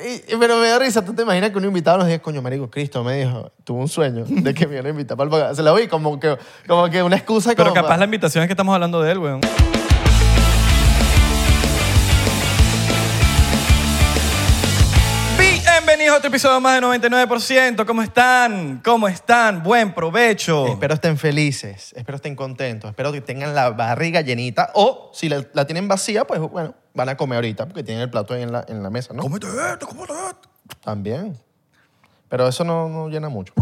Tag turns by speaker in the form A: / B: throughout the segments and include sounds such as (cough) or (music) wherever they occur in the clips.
A: Y- y- pero me da risa, tú te imaginas que un invitado nos dice, coño, marico, Cristo me dijo, tuvo un sueño de que me iban a invitar para el podcast. Se la oí como que, como que una excusa
B: Pero
A: como
B: capaz la
A: para-
B: invitación es que estamos hablando de él, weón. Bienvenidos a otro episodio más de 99%. ¿Cómo están? ¿Cómo están? Buen provecho.
A: Espero estén felices, espero estén contentos, espero que tengan la barriga llenita o si la, la tienen vacía, pues bueno, van a comer ahorita porque tienen el plato ahí en la, en la mesa, ¿no?
B: Cómete esto, cómete esto.
A: También. Pero eso no, no llena mucho.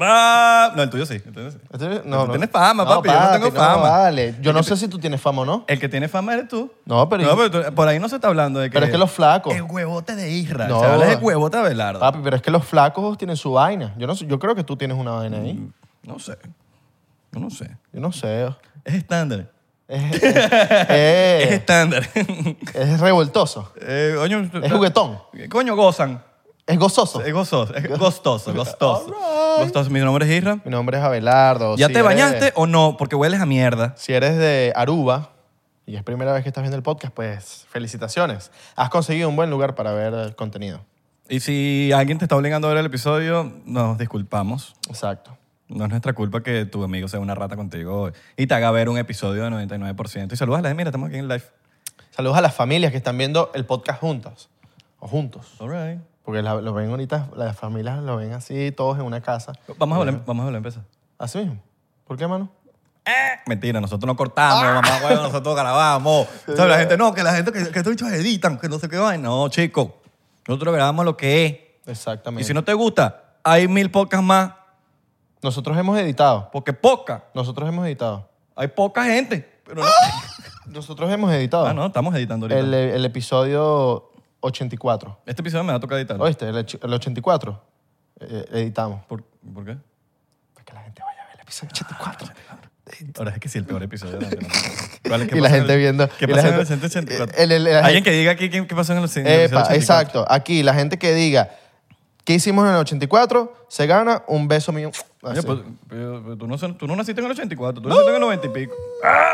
B: Ah, No, el tuyo sí. El tuyo sí.
A: Este-
B: tú tienes fama, papi, yo no tengo fama.
A: Vale, yo no sé si tú tienes fama o no.
B: El que tiene fama eres tú.
A: No, pero-
B: tú- por ahí no se está hablando de que.
A: Pero es que los flacos.
B: El huevote de Isra.
A: No. Ah.
B: Se habla de huevote de Abelardo.
A: Papi, pero es que los flacos tienen su vaina. Yo, no sé- yo creo que tú tienes una vaina
B: Mm.
A: ahí.
B: No sé. Yo no sé.
A: Yo no sé.
B: Es estándar.
A: Es,
B: Es
A: es-
B: estándar. (laughs)
A: es revoltoso.
B: Eh, coño,
A: Es juguetón.
B: Coño, gozan.
A: Es gozoso.
B: Es gozoso. Es gostoso, gostoso.
A: All right.
B: Gostoso. Mi nombre es Isra.
A: Mi nombre es Abelardo.
B: ¿Ya
A: Si
B: te
A: eres-
B: bañaste o no? Porque hueles a mierda.
A: Si eres de Aruba y es primera vez que estás viendo el podcast, pues felicitaciones. Has conseguido un buen lugar para ver el contenido.
B: Y si alguien te está obligando a ver el episodio, nos disculpamos.
A: Exacto.
B: No es nuestra culpa que tu amigo sea una rata contigo hoy y te haga ver un episodio de 99%. Y saludas a la gente. Mira, estamos aquí en live.
A: Saludos a las familias que están viendo el podcast juntas. O juntos.
B: All right.
A: Porque la- lo ven ahorita, las familias lo ven así, todos en una casa.
B: Vamos a volver, vamos a volver a empezar.
A: Así mismo. ¿Por qué, mano?
B: Mentira, nosotros no cortamos, mamá, huevo, nosotros grabamos. ¿Sabes? La gente, no, que la gente, que, que estos bichos editan, que no sé qué va. No, chico, nosotros grabamos lo que es.
A: Exactamente.
B: Y si no te gusta, hay mil pocas más,
A: Nosotros hemos editado.
B: porque poca.
A: Nosotros hemos editado.
B: Hay poca gente. Pero no.
A: Nosotros hemos editado.
B: Ah, no, estamos editando ahorita.
A: el, el episodio 84.
B: Este episodio me va a tocar editar.
A: ¿Oíste? El, och- el 84. eh, editamos.
B: ¿Por, por qué?
A: Para que la gente vaya a ver el episodio 84.
B: Ahora es que sí, el peor episodio. de
A: (laughs)
B: la temporada. ¿Cuál es? ¿Qué
A: Y la
B: pasó en
A: gente
B: el-
A: viendo-
B: ¿Qué
A: y la
B: pasó en el
A: gente-
B: 184?
A: el- el- la
B: Alguien
A: gente-
B: que diga aquí qué, qué pasó en (laughs) el 184.
A: Epa, exacto. Aquí, la gente que diga, ¿qué hicimos en el 84? Se gana un beso mío.
B: Oye,
A: Así.
B: pues, pero- pero tú, no, son- tú no naciste en el 84, tú naciste en el 90 y pico. ¡Ah!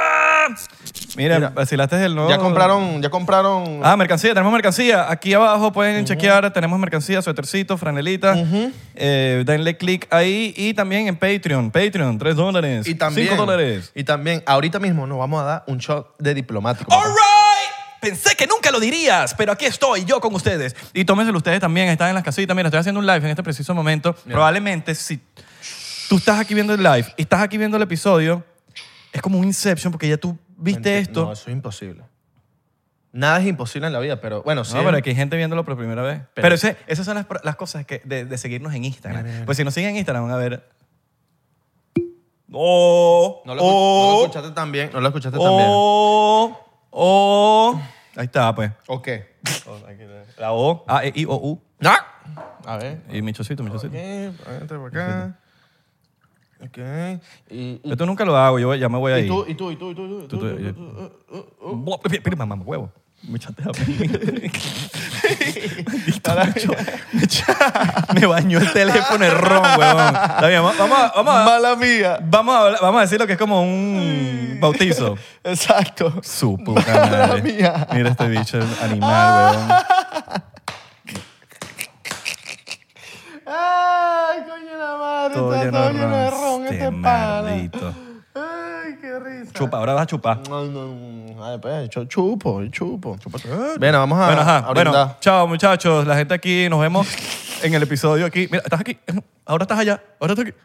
B: Mira, vacilaste del nuevo.
A: Ya compraron, ya compraron.
B: Ah, mercancía, tenemos mercancía. Aquí abajo pueden chequear, tenemos mercancía, suétercitos, franelitas. Eh, denle click ahí y también en Patreon. Patreon, 3 dólares.
A: y también,
B: 5 dólares.
A: Y también, ahorita mismo nos vamos a dar un shot de diplomático. papá.
B: All right. Pensé que nunca lo dirías, pero aquí estoy yo con ustedes. Y tómenselo ustedes también, están en las casitas. Mira, estoy haciendo un live en este preciso momento. Probablemente si tú estás aquí viendo el live y estás aquí viendo el episodio, es como un Inception porque ya tú viste
A: Mente-
B: esto.
A: No, eso es imposible. Nada es imposible en la vida, pero bueno, sí.
B: No, pero aquí hay gente viéndolo por primera vez. Pero,
A: Pero-
B: ese- esas son las, pro- las cosas que, de, de seguirnos en Instagram.
A: Mira, mira, mira.
B: Pues si nos siguen en Instagram van a ver... ¡Oh!
A: No lo, no lo
B: ¡Oh!
A: escuchaste tan bien. No lo escuchaste tan bien.
B: ¡Oh! ¡Oh! Ahí está, pues.
A: ¿O qué?
B: La O, A, E, I, O, U.
A: A ver.
B: Y mi chocito, mi chocito.
A: Aquí, entra por acá. Ok. Y, y,
B: Yo tú nunca lo hago, yo ya me voy a
A: y
B: ir.
A: tú, y tú, y tú, y tú, y tú,
B: tú,
A: y
B: yo-
A: tú, tú, tú, tú, tú.
B: Buah, pi- pi- mamá, huevo. Me chatea. (laughs) Maldito bicho. Me cha- Me bañó el teléfono errón, huevón. Está bien, va- vamos a- vamos a-
A: Mala mía.
B: Vamos a, hablar- vamos a decir lo que es como un bautizo.
A: Exacto.
B: Su
A: (laughs)
B: puta madre.
A: mía. Ah,
B: Mira este bicho animal, huevón.
A: Ay, coño la madre.
B: Todo
A: está
B: lleno de ron. Este
A: pana.
B: maldito.
A: Ay, qué risa.
B: Chupa, ahora vas a chupar.
A: No, no, no. Ay, pues, yo chupo, yo chupo. Bueno, vamos a,
B: Bueno, ajá.
A: a
B: Bueno,
A: brindar.
B: chao, muchachos. La gente aquí, nos vemos en el episodio aquí. Mira, estás aquí. Ahora estás allá. Ahora estás aquí.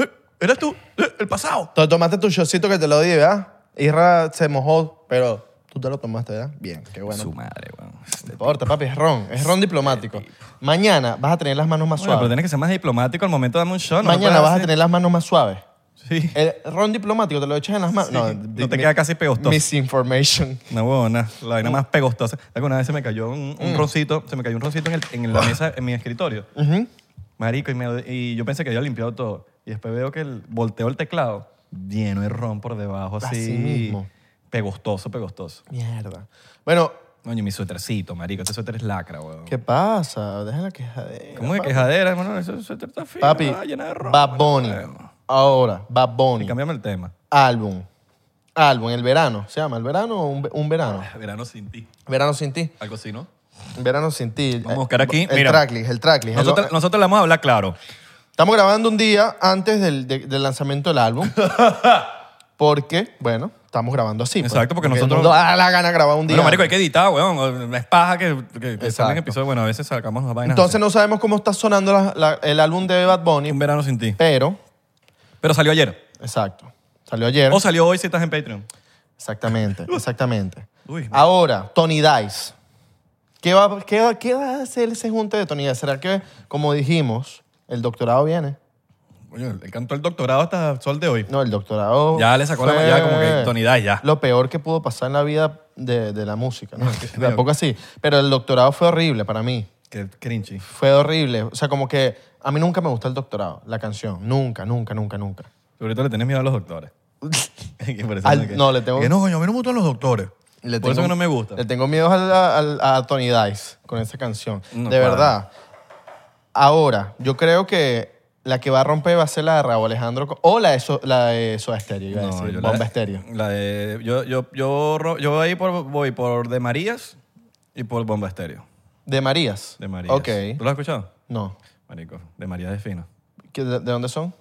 B: Eh, Eras tú. Eh, El pasado.
A: Te tomaste tu shotcito que te lo di, ¿verdad? Isra se mojó, pero tú te lo tomaste, ¿verdad? Bien, qué bueno.
B: Su madre, Este weón.
A: No importa, papi, es ron, es ron diplomático. Mañana vas a tener las manos más
B: Bueno, pero
A: suaves.
B: tienes que ser más diplomático al momento de darme un shot. no lo
A: Mañana
B: puedes
A: vas a
B: hacer.
A: tener las manos más suaves.
B: Sí.
A: El ron diplomático te lo echas en las manos. No,
B: No te
A: mi-
B: queda casi pegostoso.
A: Misinformation. (laughs)
B: Una huevona, la
A: Mm.
B: vaina más pegostosa. Alguna vez se me cayó un, un roncito, se me cayó un roncito en, el- en
A: Ah.
B: la mesa, en mi escritorio. Marico, y, me- y yo pensé que había limpiado todo. Y después veo que el, volteo el teclado lleno de ron por debajo, así.
A: Así mismo.
B: Pegostoso, pegostoso.
A: Mierda. Bueno,
B: Coño, mi suétercito, marico. Este suéter es lacra, weón.
A: ¿qué pasa? Déjala quejadera.
B: ¿Cómo que quejadera, hermano? Ese suéter está fino,
A: Papi,
B: ah, lleno de ron.
A: Bad Bunny. Ahora, Bad Bunny.
B: Cámbiame el tema.
A: Álbum. Álbum, el verano. ¿Se llama el verano o un, ve- un verano?
B: Verano sin ti.
A: Verano sin ti.
B: Algo así, ¿no?
A: Verano sin ti. Eh,
B: Vamos a buscar aquí.
A: El
B: Mira.
A: tracklist, el tracklist. El-
B: Nosotros, nosotros le vamos a hablar claro.
A: Estamos grabando un día antes del, de- del lanzamiento del
B: (laughs)
A: álbum. porque, bueno, estamos grabando así. pues.
B: Exacto, porque nosotros-
A: Nos da la gana grabar un día.
B: Bueno, marico, hay que editar, weón. Es paja que, que, que salen
A: Exacto.
B: episodios. Bueno, a veces sacamos las vainas.
A: Entonces no sabemos cómo está sonando la- la- el álbum de Bad
B: así. un
A: Bunny,
B: verano sin ti.
A: pero,
B: Pero salió ayer.
A: exacto, salió ayer.
B: O salió hoy si estás en Patreon.
A: Exactamente,
B: (laughs)
A: exactamente.
B: Uy.
A: Ah. Ahora, Tony Dice. ¿Qué va, qué, va- qué va a hacer ese junte de Tony Dice? ¿Será que, como dijimos, el doctorado viene?
B: Coño, le cantó el doctorado hasta el sol de hoy.
A: No, el doctorado.
B: Ya le sacó la
A: fue
B: malla como que Tony Dice, ya.
A: Lo peor que pudo pasar en la vida de, de la música. (laughs) ¿no?
B: mío.
A: Tampoco así. Pero el doctorado fue horrible para mí.
B: Qué cringy.
A: Fue horrible. O sea, como que a mí nunca me gustó el doctorado, la canción. Nunca, nunca, nunca, nunca.
B: Tú ahorita le tenés miedo a los doctores. (laughs) Que por eso
A: Al-
B: que-
A: no, le tengo-
B: Que no, coño, a mí no me gustan los doctores.
A: Le
B: por eso
A: tengo-
B: que no me gusta.
A: Le tengo miedo al- al- a, Tony Dice con esa canción.
B: No,
A: de
B: para.
A: verdad. Ahora, yo creo que la que va a romper va a ser la de Raúl Alejandro co- o la de, So- la de Soda Stereo, iba a decir,
B: yo la-
A: Bomba Estéreo.
B: La de, yo, yo, yo, ro- yo ahí por, voy por De Marías y por Bomba Estéreo.
A: De Marías.
B: De Marías.
A: Ok.
B: ¿Tú lo has escuchado?
A: No.
B: Marico, De Marías es fino.
A: ¿Qué- ¿De, de dónde son?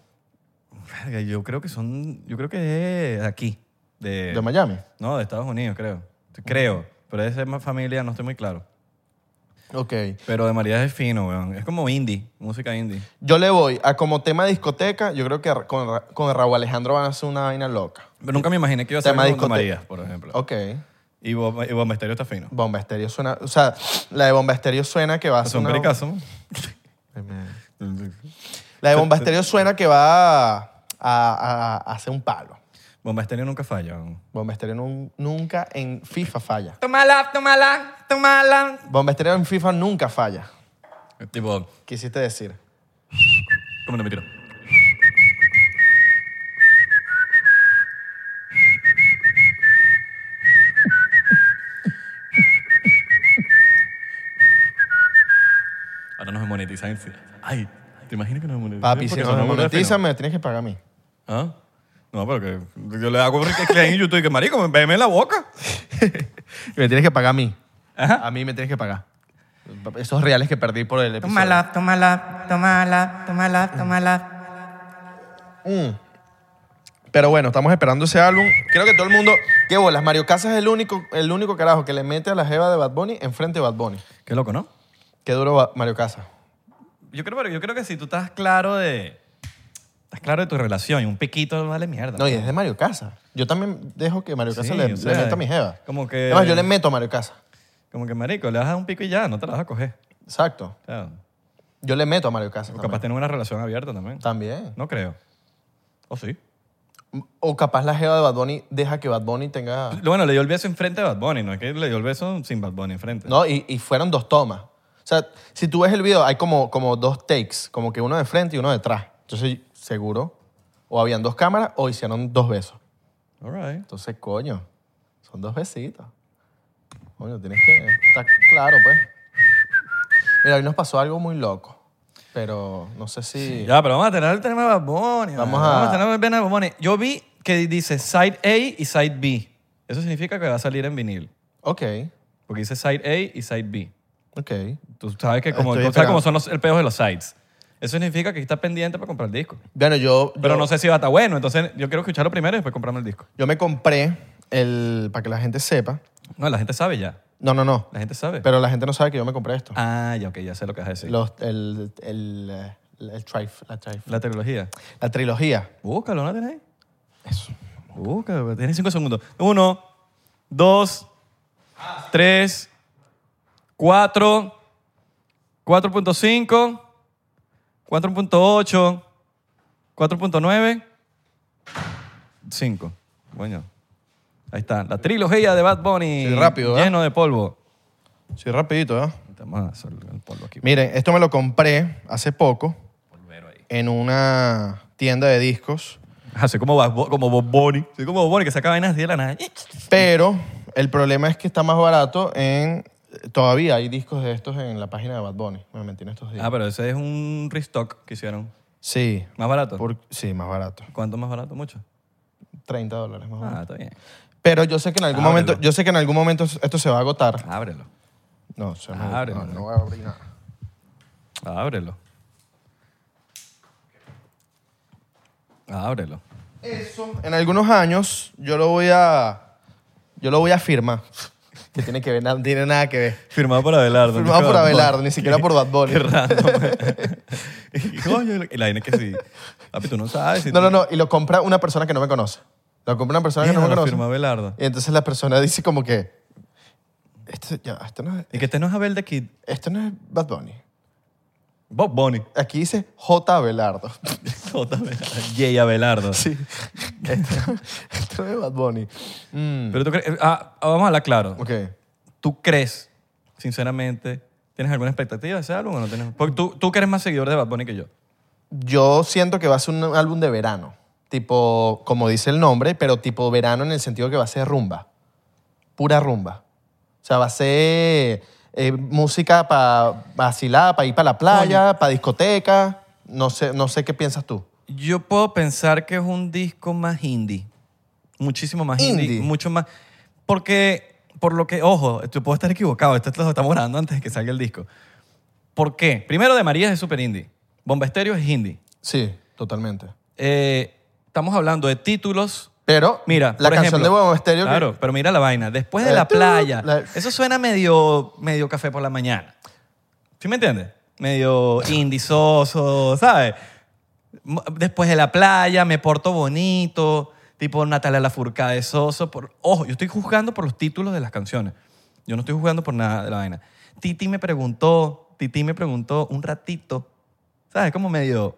B: Verga, Yo creo que son. Yo creo que es de aquí. De,
A: De Miami.
B: No, de Estados Unidos, creo. Creo. Pero debe ser más familia, no estoy muy claro.
A: Ok.
B: Pero de Marías es fino, weón. Es como indie, música indie.
A: Yo le voy a como tema discoteca, yo creo que ra- con, Ra- con Raúl Alejandro van a hacer una vaina loca.
B: Pero nunca me imaginé que iba a ser
A: Tema
B: como de
A: discoteca.
B: Marías, por ejemplo.
A: Ok.
B: Y, Bomba, y Bomba Estéreo está fino.
A: Bomba Estéreo suena, o sea, la de Bomba Estéreo suena que va a
B: Es
A: ser
B: un
A: una-
B: pericazo.
A: Ay, man. La de Bomba Estéreo suena que va a, a- a hacer un palo.
B: Bomba Estéreo nunca falla, weón.
A: Bomba Estéreo nun- nunca en FIFA falla.
B: Tómala, tómala, tómala.
A: Bomba Estéreo en FIFA nunca falla.
B: Tipo,
A: Quisiste decir.
B: ¿cómo no me tiro? Ahora Ah, nos monetizan. Ay, ¿te imaginas que nos monetizan?
A: Papi, si
B: Porque
A: no me
B: sonamos burda de fino.
A: monetizan, me tienes que pagar a mí.
B: ¿Ah? No, pero que yo le hago un clic en YouTube y que, marico, me- veme en la boca.
A: me tienes que pagar a mí.
B: Ajá.
A: A mí me tienes que pagar. Esos reales que perdí por el episodio.
C: Tómala, tómala, tómala, tómala, tómala.
A: Mm. Pero bueno, estamos esperando ese álbum. Creo que todo el mundo. ¿Qué bolas? Mario Casas es el único, el único carajo que le mete a la jeva de Bad Bunny enfrente de Bad Bunny.
B: Qué loco, ¿no?
A: Qué duro Ba- Mario Casas.
B: Yo creo, pero yo creo que si tú estás claro de... Estás claro de tu relación y un piquito vale mierda.
A: No, y es de Mario Casas. Yo también dejo que Mario Casas
B: Sí,
A: le,
B: o sea,
A: le meta a mi jeva.
B: como que-
A: Además, yo le meto a Mario Casas.
B: Como que, marico, le vas a dar un pico y ya, no te la vas a coger.
A: Exacto.
B: O sea,
A: Yo le meto a Mario Casas.
B: o
A: También.
B: capaz tener una relación abierta también.
A: También.
B: No creo. ¿O sí?
A: O capaz la jeva de Bad Bunny deja que Bad Bunny
B: (clears throat)
A: tenga.
B: Lo Bueno, le dio el beso enfrente de Bad Bunny, no es que le dio el beso sin Bad Bunny enfrente.
A: No, y, y fueron dos tomas. O sea, si tú ves el video, hay como, como dos takes, como que uno de frente y uno detrás. Entonces, seguro, o habían dos cámaras o hicieron dos besos.
B: All right.
A: Entonces, coño, son dos besitos. Coño, tienes que estar claro, pues. Mira, hoy nos pasó algo muy loco, pero no sé si...
B: Ya, pero vamos a tener el tema de Bad Bunny.
A: Vamos
B: man.
A: a-
B: Vamos a tener el tema de Bad Bunny. Yo vi que dice Side A y Side B. Eso significa que va a salir en vinil.
A: Ok,
B: Porque dice Side A y Side B.
A: ok.
B: Tú sabes que como,
A: Estoy
B: tú sabes
A: esperando.
B: cómo son los, el pedo de los sides. Eso significa que está pendiente para comprar el disco.
A: Bueno, yo...
B: Pero
A: yo-
B: no sé si va a estar bueno. Entonces, yo quiero escucharlo primero y después comprarme el disco.
A: Yo me compré el... Para que la gente sepa.
B: No, la gente sabe ya.
A: No, no, no.
B: La gente sabe.
A: Pero la gente no sabe que yo me compré esto.
B: ah, ya, ok, ya sé lo que vas a decir.
A: Los, el, el, eh, el trif- la, trif-
B: La trilogía.
A: la trilogía.
B: Búscalo, ¿no la tienes ahí? Eso. Búscalo, tienes cinco segundos. Uno, dos, tres, cuatro, 4.5, 4.8, 4.9, 5. Bueno, ahí está. La trilogía de Bad Bunny.
A: Sí, rápido, ¿eh?
B: Lleno de polvo.
A: Sí, rapidito, ¿eh?
B: Vamos a hacer el polvo aquí.
A: Miren, esto me lo compré hace poco
B: Polvero ahí.
A: en una tienda de discos,
B: Ah, soy como, Bad Bu- como Bob Bunny. Soy como Bob Bunny que saca vainas de la nada.
A: pero el problema es que está más barato en... Todavía hay discos de estos en la página de Bad Bunny. Me metí en estos días.
B: Ah, pero ese es un restock que hicieron.
A: Sí.
B: ¿Más barato?
A: por- sí, más barato.
B: ¿Cuánto más barato? Mucho.
A: 30 dólares más barato.
B: Ah, está bien.
A: Pero yo sé que en algún
B: Ábrelo.
A: momento, yo sé que en algún momento esto se va a agotar.
B: Ábrelo.
A: No, se me-
B: Ábrelo.
A: no, no voy a abrir nada.
B: Ábrelo. Ábrelo.
A: Eso, en algunos años, yo lo voy a. Yo lo voy a firmar. (laughs) Que tiene que ver, nada- tiene nada que ver.
B: Firmado por Abelardo.
A: Firmado por Abelardo, ni siquiera por Bad (laughs) Bunny.
B: (laughs) Qué random. Y, coño, y la vaina es que sí. Papi, tú no sabes. si
A: No, no,
B: tú-
A: no. Y lo compra una persona que no me conoce. Lo compra una persona que no
B: Mierda,
A: me
B: lo
A: conoce.
B: firmó Abelardo.
A: Y entonces la persona dice como que. Este, ya, este, no, es,
B: Y que este no es Abel de Kid.
A: este no es Bad Bunny.
B: Bob Bunny. (laughs)
A: Aquí dice J. Abelardo.
B: J. Jay Abelardo.
A: Sí. Este, (laughs) este no es Bad Bunny. Mm,
B: Pero tú crees. ah, ah, vamos a hablar claro.
A: ok.
B: ¿Tú crees, sinceramente, tienes alguna expectativa de ese álbum o no tienes? Porque tú, tú que eres más seguidor de Bad Bunny que yo.
A: Yo siento que va a ser un álbum de verano. Tipo, como dice el nombre, pero tipo verano en el sentido que va a ser rumba. Pura rumba. O sea, va a ser eh, música para vacilar, para ir para la playa, para discoteca. No sé, no sé qué piensas tú.
B: Yo puedo pensar que es un disco más indie. Muchísimo más indie.
A: Indie.
B: Mucho más. Porque, por lo que, ojo, tú puedo estar equivocado. Esto lo estamos grabando antes de que salga el disco. ¿Por qué? Primero, De María es súper indie. Bomba Estéreo es indie.
A: Sí, totalmente.
B: Eh, estamos hablando de títulos.
A: Pero
B: Mira,
A: la
B: por
A: canción
B: ejemplo,
A: de Bomba Estéreo que-
B: Claro, pero mira la vaina. Después de
A: Eh,
B: la
A: tú,
B: playa.
A: la-
B: Eso suena medio, medio café por la mañana. ¿Sí me entiendes? Medio indisoso, ¿sabes? M- Después de la playa, me porto bonito, tipo Natalia Lafourcade soso. Por... Ojo, yo estoy juzgando por los títulos de las canciones. Yo no estoy juzgando por nada de la vaina. Titi me preguntó, Titi me preguntó un ratito, ¿sabes? Como medio,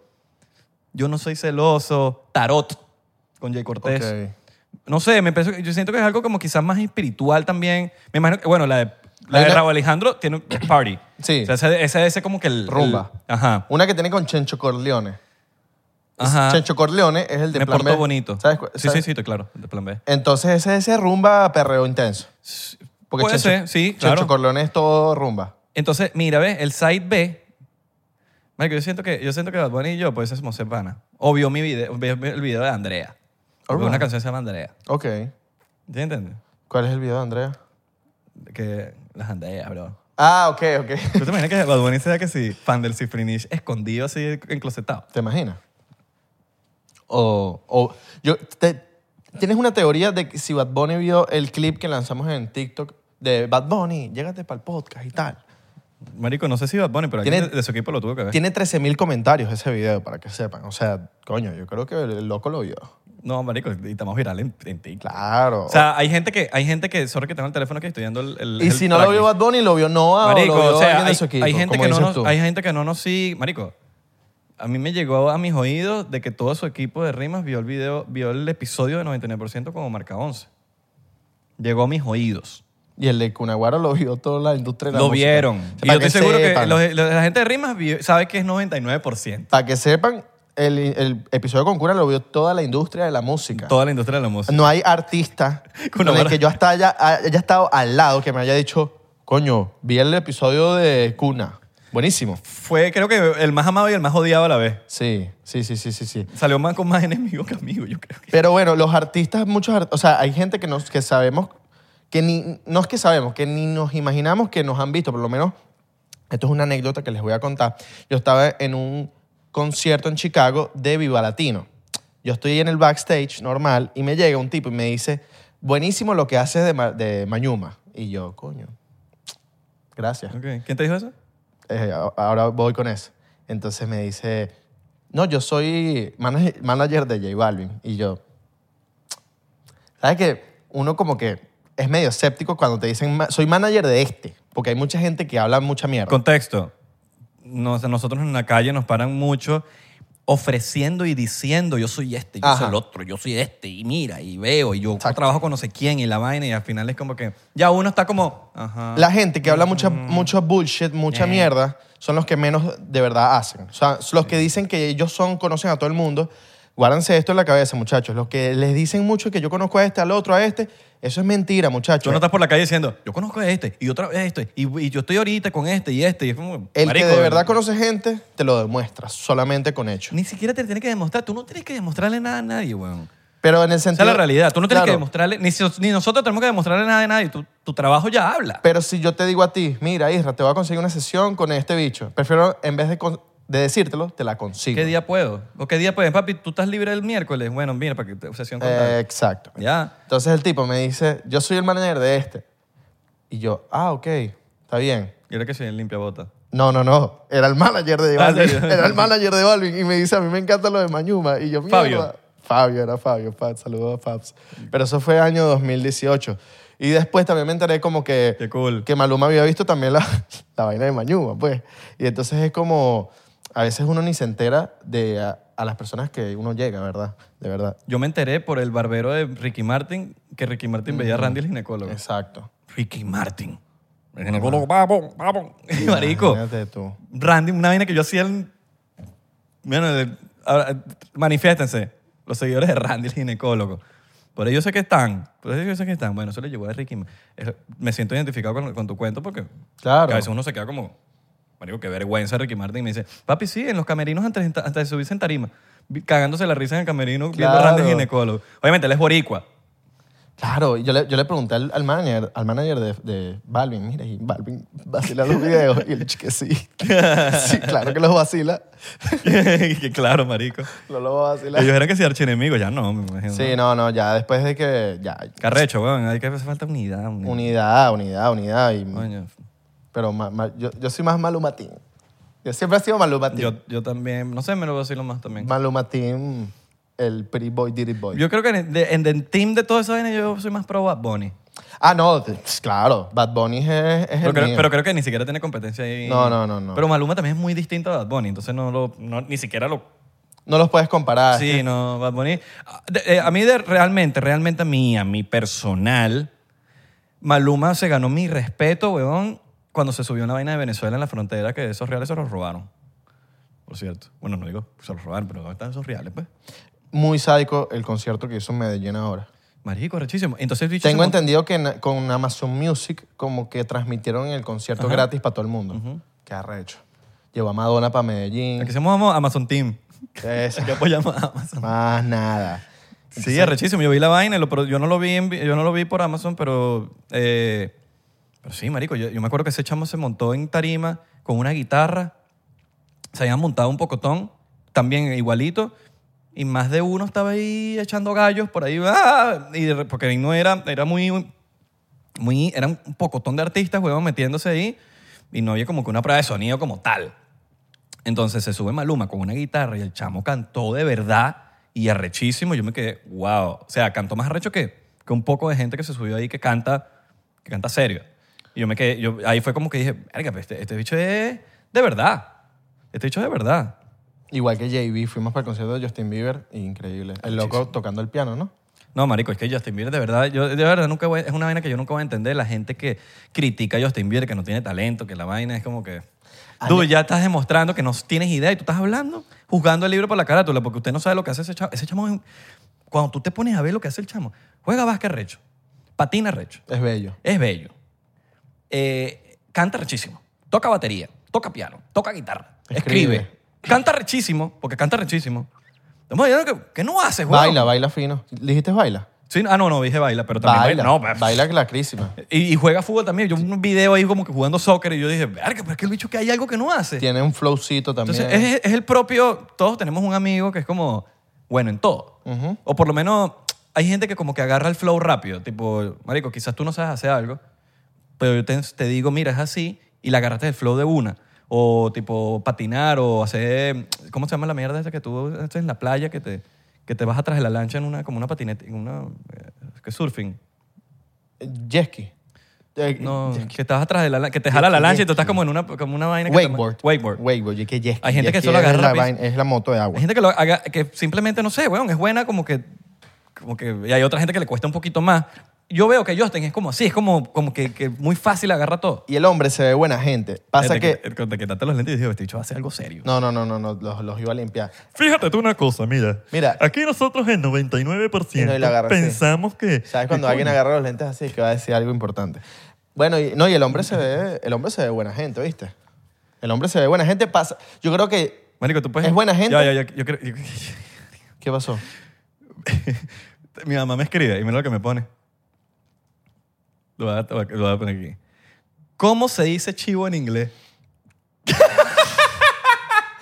B: yo no soy celoso, tarot con Jay Cortés.
A: Ok.
B: No sé, me pienso, yo siento que es algo como quizás más espiritual también. Me imagino que, bueno, la de, la
A: Hay
B: de
A: una-
B: Raúl Alejandro
A: (clears throat)
B: tiene un party.
A: Sí.
B: O sea, ese, ese, ese como que el...
A: Rumba.
B: el- ajá.
A: Una que tiene con Chencho Corleone.
B: Ajá.
A: Chencho Corleone es el de
B: me
A: Plan
B: portó
A: B.
B: bonito.
A: ¿Sabes cu-
B: Sí,
A: sabes?
B: sí, sí, estoy claro. De plan B.
A: Entonces ese es ese rumba perreo intenso. Porque
B: Puede
A: Chencho-
B: ser, sí,
A: Chencho
B: claro.
A: Corleone es todo rumba.
B: Entonces, mira, ¿ves? El side B... Marico, yo siento que, yo siento que Bad Bunny y yo, pues, somos hermanas. O vio mi video, vio el video de Andrea. Porque
A: Alright.
B: Una canción se llama Andrea.
A: Ok.
B: ¿Sí entiendes?
A: ¿Cuál es el video de Andrea?
B: Que las Andreas, bro.
A: Ah, ok, ok. (laughs)
B: ¿Tú te imaginas que Bad Bunny sea que sí, fan del Cifrinish, escondido así, enclosetado?
A: ¿Te imaginas? O, o yo, te- ¿Tienes una teoría de que si Bad Bunny vio el clip que lanzamos en TikTok de Bad Bunny, llégate para el podcast y tal?
B: Marico, no sé si Bad Bunny, pero alguien
A: Tiene-
B: de, de su equipo lo tuvo que ver.
A: Tiene 13.000 comentarios ese video, para que sepan. O sea, coño, yo creo que el loco lo vio.
B: No, marico, y estamos viral en, en ti, claro.
A: Claro.
B: O sea, hay gente que, hay gente que, sorry que tengo el teléfono que estoy dando el, el-
A: Oh. y
B: el
A: si no lo
B: tracklist.
A: vio Bad Bunny, lo vio Noah
B: Marico,
A: o lo vio
B: o sea,
A: alguien
B: hay,
A: de su equipo.
B: hay gente
A: como
B: que no
A: dices
B: nos,
A: tú.
B: hay gente que no nos sigue, marico. A mí me llegó a mis oídos de que todo su equipo de rimas vio el video, vio el episodio de 99% como marca 11. Llegó a mis oídos.
A: Y el de Cunaguaro lo vio toda la industria de la
B: Lo
A: música.
B: vieron.
A: O sea,
B: Y yo
A: para
B: estoy seguro que
A: sepan.
B: los- los- la gente de rimas vio- sabe que es 99%.
A: Para que sepan, el, el episodio con Cura lo vio toda la industria de la música.
B: Toda la industria de la música.
A: No hay
B: (laughs)
A: artista con
B: Cuna
A: el
B: Guaro.
A: que yo hasta haya, haya estado al lado que me haya dicho, coño, vi el episodio de Cuna. Buenísimo.
B: Fue, creo que, el más amado y el más odiado a la vez.
A: Sí, sí, sí, sí, sí, sí.
B: Salió más con más enemigos que amigos, yo creo. que-
A: Pero bueno, los artistas, muchos, ar- o sea, hay gente que, nos, que sabemos, que ni, no es que sabemos, que ni nos imaginamos que nos han visto, por lo menos, esto es una anécdota que les voy a contar. Yo estaba en un concierto en Chicago de Viva Latino. Yo estoy en el backstage normal y me llega un tipo y me dice, buenísimo lo que haces de, Ma- de Mañuma. Y yo, coño, gracias.
B: Ok. ¿Quién te dijo eso?
A: Eh, a- ahora voy con eso. Entonces me dice, no, yo soy manag- manager de J Balvin. Y yo, ¿sabes que Uno como que es medio escéptico cuando te dicen, "Ma- soy manager de este, porque hay mucha gente que habla mucha mierda.
B: Contexto. Nos- nosotros en la calle nos paran mucho ofreciendo y diciendo yo soy este, yo soy
A: Ajá.
B: el otro, yo soy este, y mira, y veo, y yo
A: Exacto.
B: trabajo con no sé quién, y la vaina, y al final es como que ya uno está como, ajá.
A: La gente que habla mucha, mucho bullshit, mucha
B: Mm. Eh.
A: mierda, son los que menos de verdad hacen. O sea, los que dicen que ellos son, conocen a todo el mundo, guárdense esto en la cabeza, muchachos. Los que les dicen mucho que yo conozco a este, al otro, a este, eso es mentira,
B: Tú
A: muchachos.
B: no estás por la calle diciendo, yo conozco a este, y otra vez este, y, y yo estoy ahorita con este, y este, y es como,
A: El
B: marico,
A: que de verdad conoce gente, te lo demuestra solamente con hechos.
B: Ni siquiera te tiene que demostrar, tú no tienes que demostrarle nada a nadie, weón.
A: Pero en el
B: Esa
A: sentido...
B: es la realidad. Tú no tienes que
A: Claro.
B: demostrarle, ni, si- ni nosotros tenemos que demostrarle nada de nadie. Tu, tu trabajo ya habla.
A: Pero si yo te digo a ti, mira, Isra, te voy a conseguir una sesión con este bicho. Prefiero, en vez de, con- de decírtelo, te la consigo.
B: ¿Qué día puedo? ¿O qué día puedes? Papi, ¿tú estás libre el miércoles? Bueno, mira, para que te obsesión con
A: Eh,
B: tal.
A: exacto.
B: Ya.
A: Entonces el tipo me dice, yo soy el manager de este. Y yo, ah, ok, está bien.
B: Yo creo que soy el limpiabota.
A: No, no, no. Era el manager de
B: Ah,
A: Balvin.
B: sí.
A: Era el manager de Balvin. Y me dice, a mí me encanta lo de Mañuma. Y yo, mierda.
B: Fabio.
A: Fabio, era Fabio. Fabs, saludos a Fabs. Pero eso fue año 2018. Y después también me enteré como que...
B: Qué cool.
A: Que Maluma había visto también la, (laughs) la vaina de Mañuma, pues. Y entonces es como... A veces uno ni se entera de a, a las personas que uno llega, ¿verdad? De verdad.
B: Yo me enteré por el barbero de Ricky Martin que Ricky Martin veía a Randy el ginecólogo.
A: Exacto.
B: Mm. Ricky Martin. El ginecólogo, vamos, vamos. (laughs) Marico.
A: Imagínate tú.
B: Randy, una vaina que yo hacía el... Bueno, el- ahora, manifiéstense, los seguidores de Randy, el ginecólogo. Por ellos sé que están. Por ellos yo sé que están. Bueno, eso le llegó a Ricky. Es- Me siento identificado con, con tu cuento porque
A: Claro.
B: a veces uno se queda como, marico, qué vergüenza Ricky Martin. Y me dice, papi, sí, en los camerinos antes, de enta- antes de subirse en tarima, vi- cagándose la risa en el camerino viendo a
A: Claro.
B: Randy el ginecólogo. Obviamente, él es boricua. (laughs)
A: Claro, y yo le, yo le pregunté al, al manager, al manager de, de Balvin, mira, y Balvin vacila los videos. Y el que
B: (laughs)
A: sí. Sí, claro que los vacila.
B: Que claro, marico.
A: No los va a vacilar.
B: Ellos eran que si archienemigos, ya no, me imagino.
A: Sí, no, no, ya después de que. Ya.
B: Carrecho, weón, hay que hace falta unidad. unidad.
A: Unidad, unidad, unidad. y-
B: Coño.
A: pero ma- ma- yo, yo soy más malumatín. Yo siempre he sido malumatín.
B: Yo, yo también, no sé, me lo vacilo más también.
A: malumatín, el pretty boy, dirty boy.
B: Yo creo que en, de- en el team de todo eso yo soy más pro Bad Bunny.
A: ah, no, pff, claro, Bad Bunny es, es
B: Pero
A: el
B: creo,
A: mío.
B: pero creo que ni siquiera tiene competencia ahí.
A: No, no, no, no.
B: Pero Maluma también es muy distinto a Bad Bunny, entonces no lo, no- ni siquiera lo...
A: no los puedes comparar.
B: Sí, no, Bad Bunny... Ah, de- eh, a mí de- realmente, realmente a mí, a mi personal, Maluma se ganó mi respeto, weón, cuando se subió una vaina de Venezuela en la frontera, que esos reales se los robaron. Por cierto. Bueno, no digo se los robaron, pero ¿dónde están esos reales, pues?
A: Muy sádico el concierto que hizo en Medellín ahora.
B: Marico, rechísimo. Entonces, bicho, se
A: Tengo
B: montó-
A: entendido que na- con Amazon Music como que transmitieron el concierto
B: Ajá.
A: gratis para todo el mundo. Qué arrecho. Llevó a Madonna para Medellín.
B: Aquí somos Amazon Team. (laughs)
A: (laughs) Eso.
B: Aquí apoyamos a Amazon.
A: Más nada.
B: Sí, es rechísimo. Yo vi la vaina, y lo- pero yo no lo vi, en vi- yo no lo vi por Amazon, pero, eh, pero sí, marico. Yo, yo me acuerdo que ese chamo se montó en tarima con una guitarra, se habían montado un pocotón, también igualito, y más de uno estaba ahí echando gallos por ahí, ¡ah! y de re- porque ahí no era, era muy, muy, era un pocotón de artistas, huevón, metiéndose ahí, y no había como que una prueba de sonido como tal. Entonces se sube Maluma con una guitarra y el chamo cantó de verdad y arrechísimo. Yo me quedé, wow. O sea, cantó más arrecho que, que un poco de gente que se subió ahí que canta, que canta serio. Y yo me quedé, yo, ahí fue como que dije, verga, pero este, este bicho es de verdad. Este bicho es de verdad.
A: Igual que JB, fuimos para el concierto de Justin Bieber. Increíble. El loco tocando el piano, ¿no?
B: No, marico, es que Justin Bieber, de verdad, yo de verdad nunca voy, es una vaina que yo nunca voy a entender. La gente que critica a Justin Bieber, que no tiene talento, que la vaina es como que...
A: Ah,
B: Tú ya estás demostrando que no tienes idea y tú estás hablando, juzgando el libro por la carátula, porque usted no sabe lo que hace ese chamo. Ese chamo, es un- cuando tú te pones a ver lo que hace el chamo, juega básquet recho, patina recho,
A: Es bello.
B: es bello, eh, canta rechísimo, toca batería, toca piano, toca guitarra, escribe,
A: Escribe.
B: canta rechísimo, porque canta rechísimo. Estamos diciendo que, que no haces, güey.
A: Baila, baila fino. ¿Dijiste baila?
B: Sí, ah, no, no, dije baila, pero también baila.
A: baila.
B: No, pues,
A: baila la crísima.
B: Y, y juega fútbol también. Yo vi un video ahí como que jugando soccer y yo dije, verga, pero es que el bicho que hay algo que no hace.
A: Tiene un flowcito también.
B: Entonces, es, es el propio. Todos tenemos un amigo que es como bueno en todo. O por lo menos hay gente que como que agarra el flow rápido. Tipo, Marico, quizás tú no sabes hacer algo, pero yo te, te digo, mira, es así y le agarraste el flow de una. O tipo, patinar o hacer. ¿Cómo se llama la mierda esa que tú haces en la playa que te, que te vas atrás de la lancha en una, como una patineta, en una. eh, que surfing.
A: Jesky. Eh,
B: No, que estás atrás de la lan- que te jala la lancha y tú estás como en una, como una vaina. que te-
A: Wakeboard.
B: wakeboard.
A: Wakeboard. Yo que jet
B: Hay gente
A: jet
B: que
A: ski
B: solo
A: es
B: agarra
A: la
B: rápido.
A: vaina- Es la moto de
B: Hay
A: agua.
B: gente que lo haga, que simplemente, no sé, weón, es buena como que, como que, y hay otra gente que le cuesta un poquito más. Yo veo que Justin es como así, es como, como que, que muy fácil agarra todo.
A: Y el hombre se ve buena gente. Pasa
B: Desde
A: que...
B: Cuando te quitaste los lentes y dije, este bicho hace algo serio.
A: No, no, no, no, no, los, los iba a limpiar.
D: Fíjate tú una cosa, mira.
A: Mira.
D: Aquí nosotros el
A: Y no, y
D: 99%
A: la agarras, sí.
D: pensamos que...
A: ¿Sabes cuando alguien agarra los lentes así que va a decir algo importante? Bueno, y, no, y el hombre se ve, el hombre se ve buena gente, ¿viste? El hombre se ve buena gente, pasa. Yo creo que
B: Marico, tú puedes...
A: Es buena gente.
B: Ya, ya, ya, yo creo...
A: ¿qué pasó?
B: (laughs) mi mamá me escribe y mira lo que me pone. Lo voy a, lo voy a poner aquí. ¿Cómo se dice chivo en
A: (laughs)
B: inglés?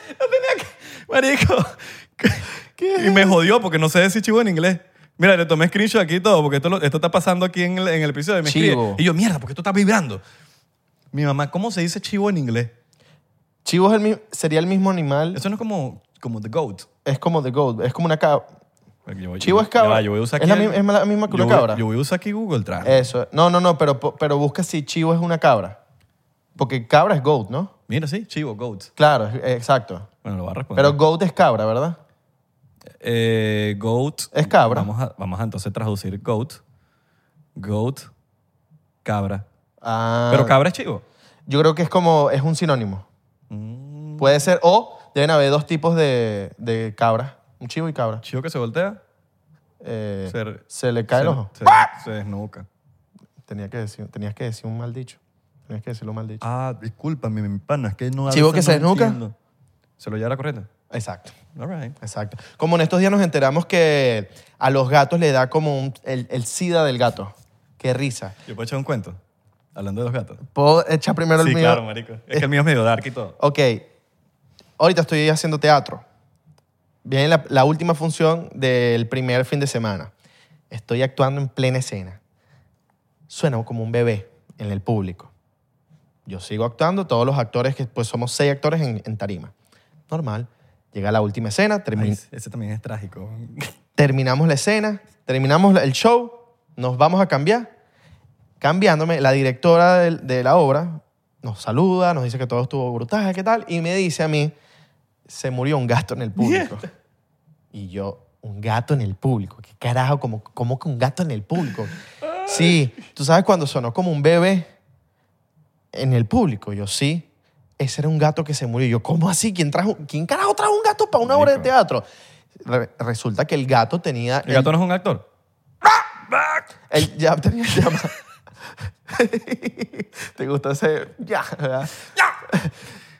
B: No tenía que- Marico. Y me jodió porque no sé decir chivo en inglés. Mira, le tomé screenshot aquí y todo, porque esto, lo- esto está pasando aquí en el, en el episodio. Y, me escribe.
A: Chivo.
B: y yo, mierda, porque esto está vibrando. Mi mamá, ¿cómo se dice chivo en inglés?
A: Chivo es el mi- sería el mismo animal.
B: Eso no es como, como the goat.
A: Es como the goat. Es como una cabra.
B: Yo voy-
A: Chivo
B: yo-
A: es cabra.
B: ya va, yo voy a usar
A: Es la
B: aquí el-
A: mi- es la misma que una
B: yo voy-
A: cabra.
B: Yo voy a usar aquí Google Translate.
A: Eso. No, no, no, pero, pero busca si chivo es una cabra. Porque cabra es goat, ¿no?
B: Mira, sí, chivo, goat.
A: Claro, es- eh, exacto.
B: Bueno, lo va a responder.
A: Pero goat es cabra, ¿verdad?
B: Eh, goat.
A: Es cabra.
B: Vamos a, vamos a entonces traducir goat. Goat. Cabra.
A: Ah,
B: Pero cabra es chivo.
A: yo creo que es como, es un sinónimo.
B: Mm.
A: Puede ser, o deben haber dos tipos de, de cabras, un chivo y cabra.
B: Chivo que se voltea.
A: Eh,
B: Se-
A: se, le cae el
B: se-
A: ojo. ¡Ah!
B: Se, se desnuca.
A: Tenía que decir, tenías que decir un mal dicho. Tenías que decirlo mal dicho.
D: Ah, discúlpame, mi pana, es que no... a
A: Chivo
D: veces
A: que se
D: no
A: desnuca.
D: entiendo.
B: Se lo lleva a la corriente.
A: Exacto.
B: All right.
A: Exacto. Como en estos días nos enteramos que a los gatos le da como un- el, el sida del gato. Qué risa.
B: Yo puedo echar un cuento. Hablando de los gatos.
A: ¿Puedo echar primero el
B: sí,
A: mío?
B: claro, marico. Es que el mío es medio dark y todo.
A: Ok, ahorita estoy haciendo teatro. Viene la, la última función del primer fin de semana. Estoy actuando en plena escena. Suena como un bebé en el público. Yo sigo actuando, todos los actores, que pues somos seis actores en, en tarima. Normal. Llega la última escena, termi-
B: Ay, ese también es trágico.
A: terminamos la escena, terminamos la- el show, nos vamos a cambiar. Cambiándome, la directora del- de, la obra nos saluda, nos dice que todo estuvo brutal, ¿qué tal? Y me dice a mí, se murió un gato en el público. Y yo, un gato en el público, ¿qué carajo? ¿Cómo, cómo que un gato en el público? Sí, tú sabes cuando sonó como un bebé en el público, yo sí. Ese era un gato que se murió. Y Yo, ¿cómo así? ¿Quién, trajo, ¿quién carajo trajo un gato para una obra de
B: Marico.
A: teatro? Re- resulta que el gato tenía...
B: El gato no es un actor.
A: El ya tenía llama. (laughs) ¿Te gusta ese? Ya. ¿verdad?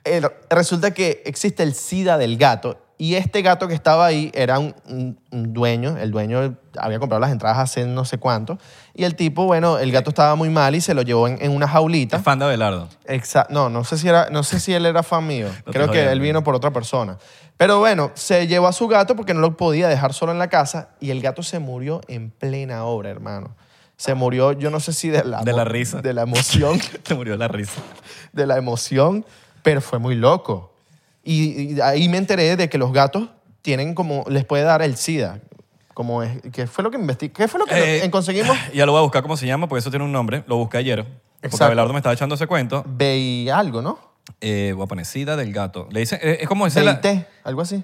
A: El- resulta que existe el SIDA del gato. Y este gato que estaba ahí era un, un- un dueño. El dueño había comprado las entradas hace no sé cuánto. Y el tipo, bueno, el gato estaba muy mal y se lo llevó en, en una jaulita.
B: Es fan de (laughs) Abelardo.
A: Exa- no, no sé si era, no sé si él era fan mío.
B: te
A: Creo que
B: jodiendo.
A: él vino por otra persona. Pero bueno, se llevó a su gato porque no lo podía dejar solo en la casa y el gato se murió en plena obra, hermano. Se murió, yo no sé si de la
B: De la
A: emo-
B: risa.
A: de la emoción,
B: Se murió de la risa.
A: de la emoción, pero fue muy loco. Y, y ahí me enteré de que los gatos tienen como les puede dar el SIDA, como es que fue lo que investigué, qué fue lo que
B: Eh,
A: en- conseguimos
B: Ya lo voy a buscar cómo se llama, porque eso tiene un nombre. Lo busqué ayer. Porque
A: Exacto.
B: Abelardo me estaba echando ese cuento.
A: veí algo, ¿no?
B: Eh, voy a poner sida del gato. Le dicen, eh, es como dice la-
A: Veité, algo así.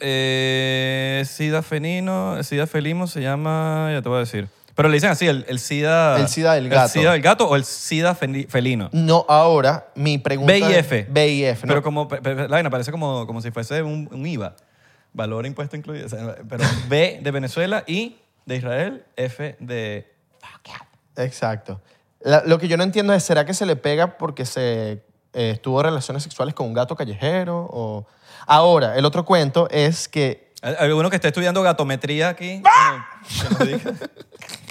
B: eh, sida felino, sida felimo se llama, ya te voy a decir. Pero le dicen así, el, el sida...
A: El sida del gato.
B: El sida del gato o el sida feli- felino.
A: No, ahora mi pregunta.
B: VIF.
A: VIF, ¿no?
B: Pero como, pe- pe- la vaina parece como, como si fuese un, un IVA. Valor impuesto incluido. O sea, pero B de Venezuela y de Israel, F de...
A: Exacto. La- lo que yo no entiendo es, ¿será que se le pega porque se eh, tuvo relaciones sexuales con un gato callejero? O... Ahora, el otro cuento es que
B: Hay hay uno que está estudiando gatometría aquí.
A: ¡Ah!
B: Que nos diga. (laughs)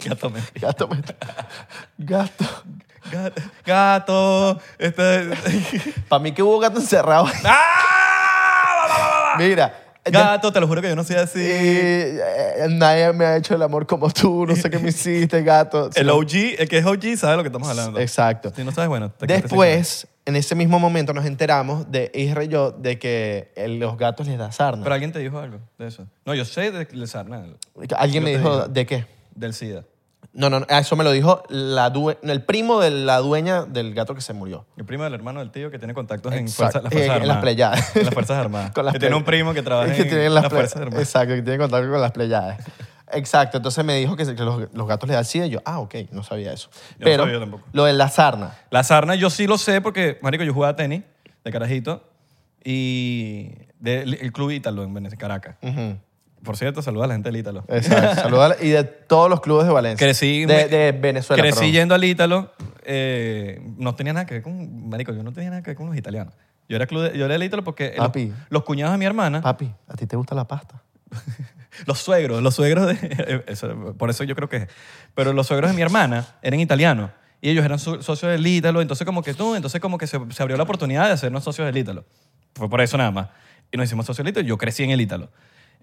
B: Gatometría.
A: gato, me- (laughs) gato.
B: Gato. gato este- (laughs)
A: Para mí que hubo gato encerrado. (laughs)
B: ¡Ah!
A: Mira. ya-
B: Gato, te lo juro que yo no soy
A: y,
B: así.
A: eh, nadie me ha hecho el amor como tú. No sé qué me hiciste,
B: (laughs)
A: gato.
B: El OG, el que es OG sabe de lo que estamos hablando.
A: Exacto.
B: Si no sabes, bueno. te quedaste
A: Después, en ese mismo momento, nos enteramos de Isra y yo de que eh, los gatos les da
B: sin-
A: sarna.
B: Pero alguien te dijo algo de eso. No, yo sé de del sarna,
A: Alguien
B: yo
A: me
B: te
A: dijo,
B: digo.
A: ¿de qué?
B: del SIDA.
A: No, no, no, eso me lo dijo la due- el primo de la dueña del gato que se murió.
B: El primo del hermano del tío que tiene contactos en,
A: Exacto.
B: fuerza- las Fuerzas
A: En- en las
B: Armadas.
A: playadas.
B: En las Fuerzas Armadas.
A: (laughs) Con las
B: Ah, que tiene
A: play-
B: un primo que trabaja
A: (laughs) que tiene
B: en
A: las
B: las
A: play-
B: Fuerzas Armadas.
A: Exacto, que tiene contacto con las playadas. Exacto, entonces me dijo que, se- que los, los gatos le dan sida y yo, ah, ok, no sabía eso.
B: no
A: Pero
B: sabía tampoco.
A: lo de la sarna.
B: La sarna yo sí lo sé porque, marico, yo jugaba tenis de carajito y del el club Ítalo en Venecia, Caracas.
A: Ujú.
B: Por cierto, saluda a la gente del Ítalo.
A: Exacto,
B: (laughs)
A: saluda- y de todos los clubes de Valencia.
B: Crecí-
A: De, de Venezuela.
B: Crecí
A: perdón.
B: yendo al Ítalo. eh, no tenía nada que ver con, marico, yo no tenía nada que ver con los italianos. Yo era, club de- yo era del Ítalo porque los-
A: Papi.
B: Los, cuñados de mi hermana...
A: Papi, ¿a ti te gusta la pasta?
B: Los suegros, los suegros de... (laughs) eso, por eso yo creo que es. Pero los suegros de mi hermana eran italianos. Y ellos eran so- socios del Ítalo. Entonces como que tú, entonces como que se, se abrió la oportunidad de hacernos socios del Ítalo. Fue por eso nada más. Y nos hicimos socios del Ítalo. Yo crecí en el Ítalo.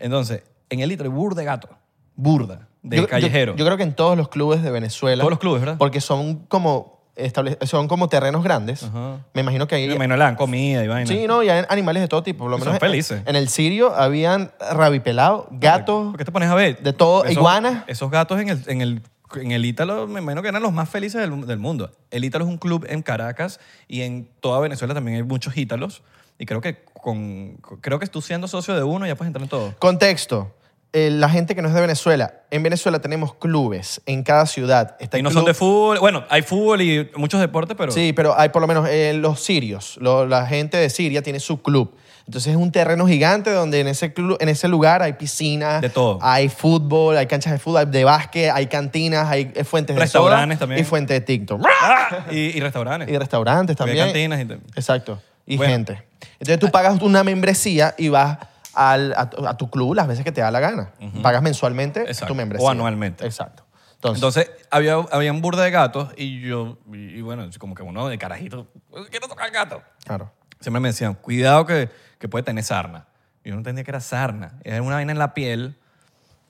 B: Entonces, en el Ítalo, burda de gato. Burda. De
A: Yo- yo-
B: callejero.
A: Yo, creo que en todos los clubes de Venezuela.
B: Todos los clubes, ¿verdad?
A: Porque son como, estable- son como terrenos grandes.
B: Ajá.
A: Me imagino que ahí.
B: Y bueno, le dan comida y vaina.
A: Sí, no, y hay animales de todo tipo. Por lo
B: Son
A: menos en-
B: felices.
A: En, el Sirio habían rabipelado, gatos.
B: Porque te pones a ver.
A: De todo, iguanas.
B: Esos gatos en el, en el, en el Ítalo, me imagino que eran los más felices del, del mundo. El Ítalo es un club en Caracas y en toda Venezuela también hay muchos Ítalos. Y creo que con, con- creo que tú siendo socio de uno ya puedes entrar en todo.
A: Contexto. eh, la gente que no es de Venezuela. En Venezuela tenemos clubes en cada ciudad. Está
B: y
A: el
B: no son
A: Este club-
B: de fútbol. Bueno, hay fútbol y muchos deportes, pero
A: Sí, pero hay por lo menos eh, los sirios. lo- la gente de Siria tiene su club. Entonces es un terreno gigante donde en ese, clu- en ese lugar hay piscinas.
B: De todo.
A: Hay fútbol, hay canchas de fútbol, hay de básquet, hay cantinas, hay eh, fuentes de soda
B: Restaurantes también.
A: Y fuentes de TikTok.
B: ¡Ah! y, y restaurantes.
A: Y restaurantes
B: Porque hay
A: también.
B: cantinas y te-
A: Exacto. Y
B: Bueno.
A: gente. Entonces tú pagas una membresía y vas al- a, tu- a tu club las veces que te da la gana. Pagas mensualmente
B: Exacto.
A: tu membresía.
B: O anualmente.
A: Exacto. Entonces,
B: Entonces, había, había un burda de gatos y yo, y, y bueno, como que uno de carajito, quiero tocar gato.
A: claro.
B: Siempre me decían, cuidado que, que puede tener sarna. Yo no entendía que era sarna. Era una vaina en la piel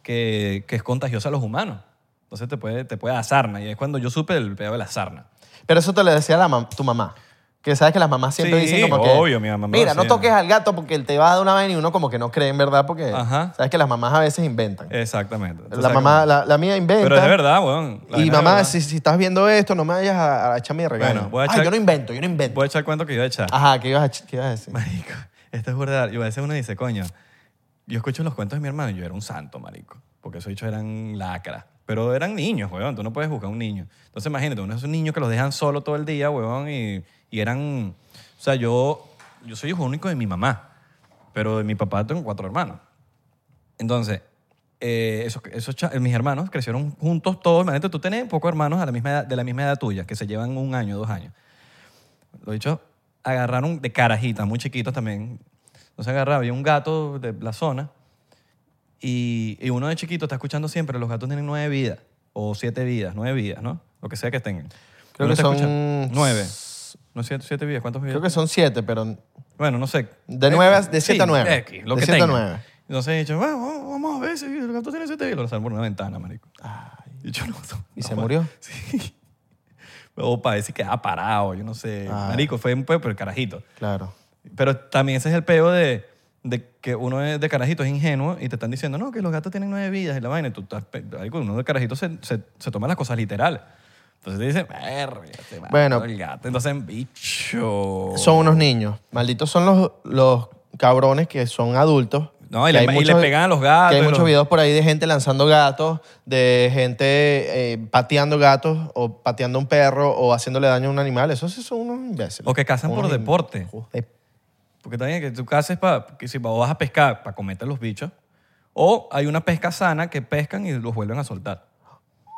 B: que, que es contagiosa a los humanos. Entonces te puede, te puede dar sarna. Y es cuando yo supe el pedo de la sarna.
A: Pero eso te lo decía la mam- tu mamá. Que sabes que las mamás siempre
B: Sí,
A: dicen como que.
B: obvio, mi mamá me lo
A: Mira, no
B: decía.
A: toques al gato porque él te va a dar una vaina y uno como que no cree en verdad porque.
B: Ajá.
A: Sabes que las mamás a veces inventan.
B: Exactamente. Entonces,
A: la
B: era
A: mamá,
B: como-
A: la, la mía inventa.
B: Pero es verdad, weón. La vaina
A: Y
B: es
A: mamá,
B: verdad.
A: si, si estás viendo esto, no me vayas a, a echarme de regalo.
B: Bueno, voy a
A: Ay,
B: echar-
A: yo no invento, yo no invento.
B: Voy a echar cuento que iba a echar.
A: Ajá, ¿qué ibas, a, ch- qué ibas a
B: (laughs)
A: decir?
B: Marico, esto es verdad. Yo a veces uno dice, coño, yo escucho los cuentos de mi hermano y yo era un santo, marico. Porque esos dichos eran lacras. Pero eran niños, weón. Tú no puedes juzgar a un niño. Entonces imagínate, uno es un niño que los dejan solo todo el día, weón. Y, y eran... O sea, yo, yo soy hijo único de mi mamá. Pero de mi papá tengo cuatro hermanos. Entonces, eh, esos, esos cha- mis hermanos crecieron juntos todos. Imagínate, tú tenés pocos hermanos a la misma edad- de la misma edad tuya, que se llevan un año, dos años. Lo dicho, agarraron de carajitas, muy chiquitos también. Entonces agarraba, había un gato de la zona y, y uno de chiquito está escuchando siempre, los gatos tienen nueve vidas o siete vidas, nueve vidas, ¿no? Lo que sea que tengan.
A: Creo
B: Uno
A: que
B: está
A: son-
B: escuchando, Nueve. No, siete, siete vidas, ¿cuántos vidas?
A: Creo que son siete, pero.
B: Bueno, no sé.
A: De
B: Eh,
A: nueve a- de siete a nueve.
B: X, lo
A: De
B: que
A: siete a
B: tenga.
A: nueve.
B: Entonces he dicho, "Bueno, vamos, vamos a ver si el gato tiene siete vidas. Lo lanzaron por una ventana, marico. Y yo no. no,
A: ¿Y se
B: no,
A: murió?
B: Sí. O parece que ha parado, yo no sé.
A: Ah.
B: Marico, fue un peo, pero carajito.
A: Claro.
B: Pero también ese es el peo de, de que uno es de carajito es ingenuo y te están diciendo, no, que los gatos tienen nueve vidas y la vaina. Y tú estás, pe- marico, uno de carajito se, se, se toma las cosas literal. Entonces te dicen, verga, te mató
A: Bueno.
B: el gato. Entonces, bicho.
A: Son unos niños. Malditos son los, los cabrones que son adultos.
B: No, y
A: Que
B: le-
A: hay
B: y le pegan a los gatos
A: Que hay
B: y
A: muchos
B: los-
A: videos por ahí de gente lanzando gatos, de gente eh, pateando gatos o pateando un perro o haciéndole daño a un animal. Esos sí son unos imbéciles.
B: O que cazan por
A: Unos im-
B: deporte.
A: Joder.
B: Porque también que tú haces para, que si pa- vas a pescar, para cometer los bichos. O hay una pesca sana que pescan y los vuelven a soltar.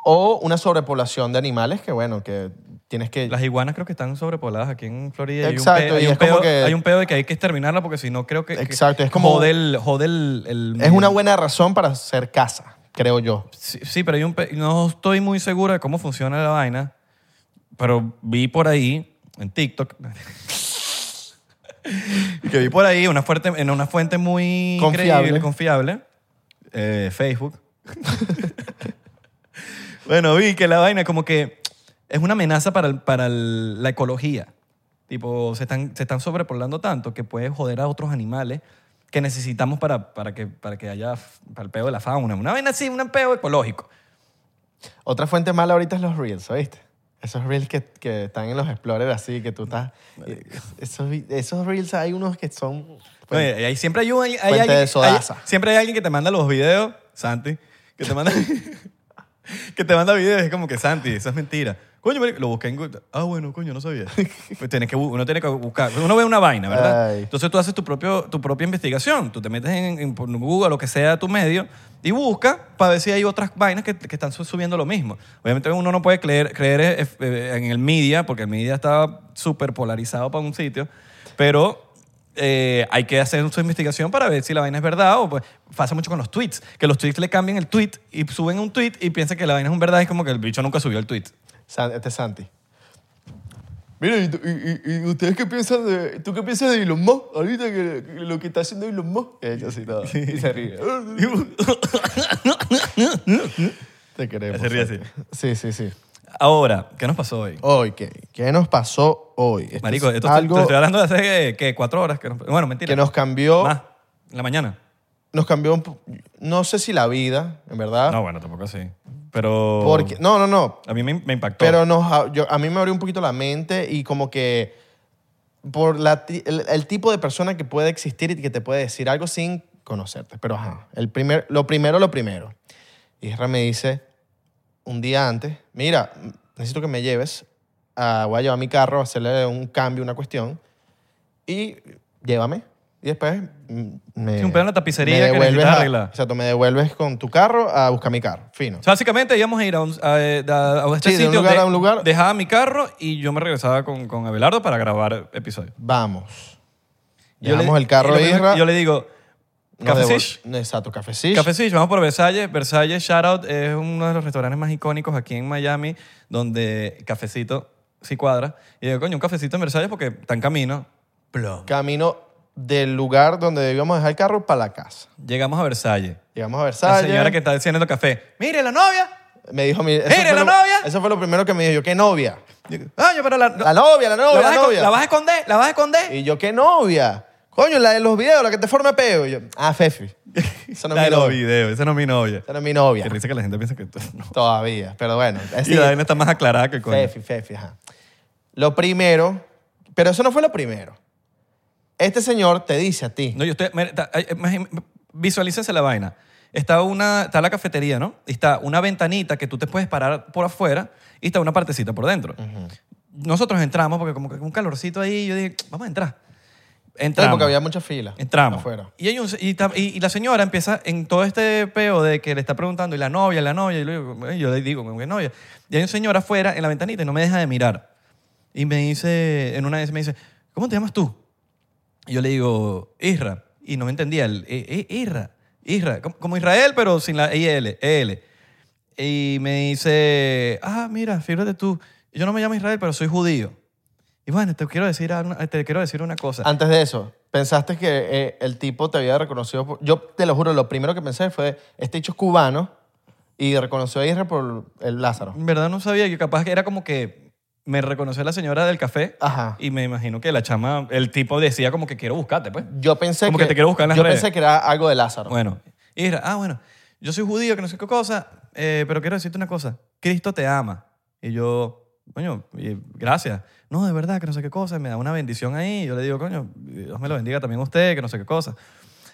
A: O una sobrepoblación de animales que, bueno, que tienes que...
B: Las iguanas creo que están sobrepobladas aquí en Florida.
A: Exacto, y
B: hay,
A: es
B: un peo, hay, un
A: como
B: peo-
A: que-
B: hay un peo de que hay que exterminarla porque si no creo que... que
A: Exacto, es como-
B: Jode el... jode el- el-
A: es una buena razón para hacer casa, creo yo.
B: Sí, sí, pero hay un pe- no estoy muy seguro de cómo funciona la vaina, pero vi por ahí en TikTok (laughs) que vi por ahí una fuerte en una fuente muy
A: Confiable.
B: creíble, confiable, eh, Facebook. (laughs) bueno, vi que la vaina como que es una amenaza para, el- para el- la ecología. Tipo, se están, se están sobrepoblando tanto que puede joder a otros animales que necesitamos para, para, que, para que haya f- para el peo de la fauna. Una vaina así, un peo ecológico.
A: Otra fuente mala ahorita es los Reels, ¿oíste? Esos Reels que, que están en los Explorer así, que tú estás... Esos, vi- esos Reels hay unos que son... pues,
B: No, y- y ahí siempre hay, un, hay, hay
A: Fuente
B: alguien,
A: de sodaza.
B: hay- siempre hay alguien que te manda los videos, Santi, que te manda (laughs) que te manda videos, es como que Santi, eso es mentira. Coño, marico, lo busqué en Google. Ah, bueno, coño, no
A: (laughs)
B: sabía. Pues tienes que, bu- uno tiene que buscar. Uno ve una vaina, ¿verdad?
A: Ay.
B: Entonces tú haces tu, propio, tu propia investigación. Tú te metes en, en por Google, lo que sea tu medio, y buscas para ver si hay otras vainas que, que están su- subiendo lo mismo. Obviamente uno no puede creer, creer eh, eh, en el media, porque el media está súper polarizado para un sitio, pero eh, hay que hacer su investigación para ver si la vaina es verdad o pues pasa mucho con los tweets, que los tweets le cambian el tweet y suben un tweet y piensan que la vaina es un verdad y es como que el bicho nunca subió el tweet.
A: San- Este es Santi.
E: Mira, ¿y, y- y- y ustedes qué piensan de, tú qué piensas de Elon Musk? Ahorita que, que lo que está haciendo Elon Musk. Ella así nada. Y se ríe.
A: Te queremos.
B: Se ríe así.
A: Sí, sí, sí.
B: Ahora, ¿qué nos pasó hoy?
A: Hoy, ¿qué, qué nos pasó hoy? Esto
B: Marico,
A: es
B: esto te-
A: algo
B: te estoy hablando de hace eh, que cuatro horas. Que nos- bueno, mentira.
A: que nos cambió,
B: Más, en la mañana.
A: nos cambió, un po- no sé si la vida, en verdad.
B: No, bueno, tampoco así. Pero
A: ¿Ah? Porque, no, no, no.
B: a mí me, me impactó.
A: Pero nos, yo- a mí me abrió un poquito la mente y como que por la, ti- el, el tipo de persona que puede existir y que te puede decir algo sin conocerte. Pero ajá, el primer, lo primero, lo primero. Isra me dice un día antes, mira, necesito que me lleves, a, voy a llevar mi carro, a hacerle un cambio, una cuestión, y llévame. Y después mm, me...
B: Sí, un pedo en la
A: me
B: tapicería que necesitas
A: devuelves a-
B: arreglar.
A: Exacto, me devuelves con tu carro a buscar mi carro. Fino.
B: O sea, básicamente íbamos a ir a, un, a, eh, da- a este
A: Sí, de
B: sitio.
A: un lugar
B: de-
A: a un lugar.
B: Dejaba mi carro y yo me regresaba con, con Abelardo para grabar episodios.
A: Vamos.
B: Yo
A: Llevamos
B: le-
A: el carro a
B: y lo primero-
A: Isra.
B: Yo le digo,
A: Nos
B: ¿cafecish?
A: devol- Exacto, cafecillo.
B: Cafecillo, vamos por Versalles. Versalles, shout out, es uno de los restaurantes más icónicos aquí en Miami, donde cafecito sí cuadra. Y digo, coño, un cafecito en Versalles porque está en camino. Plum.
A: Camino del lugar donde debíamos dejar el carro para la casa.
B: Llegamos a Versalles.
A: Llegamos a
B: La
A: Versalles.
B: señora que está haciendo café, mire la novia.
A: Me dijo, mi- eso
B: ¡Mire,
A: fue
B: la
A: lo-
B: novia!
A: Eso fue lo primero que me dijo. Yo, ¿qué novia?
B: Digo, Coño, pero la,
A: La novia, la novia,
B: la, vas
A: la
B: a escon-
A: novia.
B: la vas a esconder, la vas a esconder.
A: Y yo, ¿qué novia? Coño, la de los videos, la que te forma peo. Y yo, ah,
B: (laughs)
A: Fefi. Esa no
B: La
A: es mi
B: de los
A: novia.
B: videos, esa no es mi novia.
A: Esa no es mi novia.
B: Qué risa que la gente piensa que tú no.
A: Todavía, pero bueno.
B: Y
A: así-
B: la vaina está más aclarada que el coño.
A: Fefi, Fefi, ajá. Lo primero, pero eso no fue lo primero. Este señor te dice a ti.
B: No, yo estoy. mira, está- ay, imagín- Visualícense la vaina. Está, una, está la cafetería, ¿no? Y está una ventanita que tú te puedes parar por afuera y está una partecita por dentro. Nosotros entramos porque como que un calorcito ahí, yo dije, vamos a entrar.
A: Sí,
B: Entramos.
A: porque había mucha fila.
B: Entramos.
A: Afuera.
B: Y, hay un- y, ta- y- y la señora empieza en todo este peo de que le está preguntando, y la novia, la novia, y luego, eh, yo le digo, ¿qué novia? Y hay un señor afuera en la ventanita y no me deja de mirar. Y me dice, en una vez me dice, ¿cómo te llamas tú? Y yo le digo, Isra. Y no me entendía, el, eh, eh, Isra, Isra, como, como Israel, pero sin la IL, EL. Y me dice, ah, mira, fíjate tú, yo no me llamo Israel, pero soy judío. Y bueno, te quiero decir, a una- te quiero decir una cosa.
A: Antes de eso, ¿pensaste que eh, el tipo te había reconocido? por- yo te lo juro, lo primero que pensé fue, este hecho es cubano y reconoció a Israel por el Lázaro.
B: En verdad no sabía, yo capaz que era como que me reconoció la señora del café
A: Ajá.
B: y me imagino que la chama, el tipo decía como que quiero buscarte, pues.
A: Yo pensé
B: Como
A: que,
B: que te quiero buscar en las
A: Yo
B: redes.
A: pensé que era algo de Lázaro.
B: Bueno, y era, ah, bueno, yo soy judío, que no sé qué cosa, eh, pero quiero decirte una cosa, Cristo te ama. Y yo, coño, y gracias. No, de verdad, que no sé qué cosa, me da una bendición ahí. Yo le digo, coño, Dios me lo bendiga también a usted, que no sé qué cosa.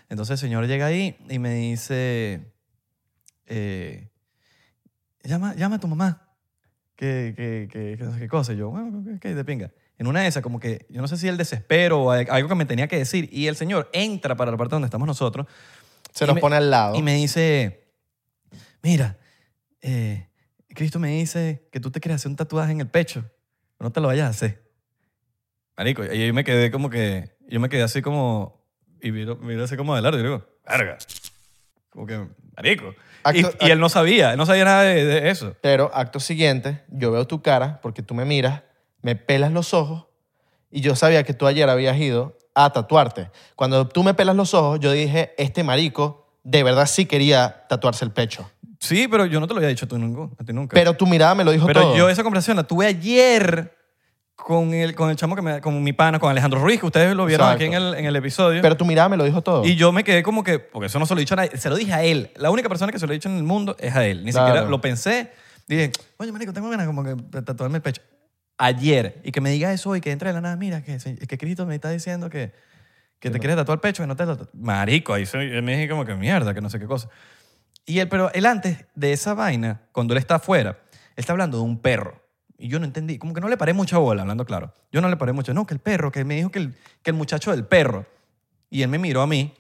B: Entonces el señor llega ahí y me dice, eh, llama, llama a tu mamá, que, que, que, que no sé qué cosa. Y yo, bueno, ok, de pinga. En una de esas, como que, yo no sé si el desespero o algo que me tenía que decir, y el señor entra para la parte donde estamos nosotros
A: Se
B: y
A: nos
B: me-
A: pone al lado.
B: y me dice, mira, eh, Cristo me dice que tú te quieres hacer un tatuaje en el pecho, pero no te lo vayas a hacer. Marico, y yo me quedé como que, yo me quedé así como, y miro, miro así como de largo y digo, verga. Como que, marico. Y,
A: Acto-
B: y él no sabía, él no sabía nada de, de eso.
A: Pero acto siguiente, yo veo tu cara porque tú me miras, me pelas los ojos y yo sabía que tú ayer habías ido a tatuarte. Cuando tú me pelas los ojos, yo dije, este marico de verdad sí quería tatuarse el pecho.
B: Sí, pero yo no te lo había dicho tú nunca, a ti nunca.
A: Pero tu mirada me lo dijo
B: Pero
A: todo.
B: yo esa conversación la tuve ayer con el, con el chamo que me, con mi pana, con Alejandro Ruiz, que ustedes lo vieron aquí en
A: Exacto.
B: el, en el episodio.
A: Pero tu mirada me lo dijo todo.
B: Y yo me quedé como que, porque eso no se lo he dicho a nadie, se lo dije a él. La única persona que se lo he dicho en el mundo es a él. Ni
A: Claro.
B: siquiera lo pensé. Dije, oye, marico, tengo ganas como que de tatuarme el pecho. Ayer. Y que me diga eso y que entre de la nada, mira, que, se- que Cristo me está diciendo que, que te quieres tatuar el pecho, que no te lo tatu-". Marico, ahí soy- yo me dije como que mierda, que no sé qué cosa. Y él, pero él antes de esa vaina, cuando él está afuera, él está hablando de un perro. Y yo no entendí, como que no le paré mucha bola, hablando claro. Yo no le paré mucho. No, que el perro, que él me dijo que el, que el muchacho del perro. Y él me miró a mí.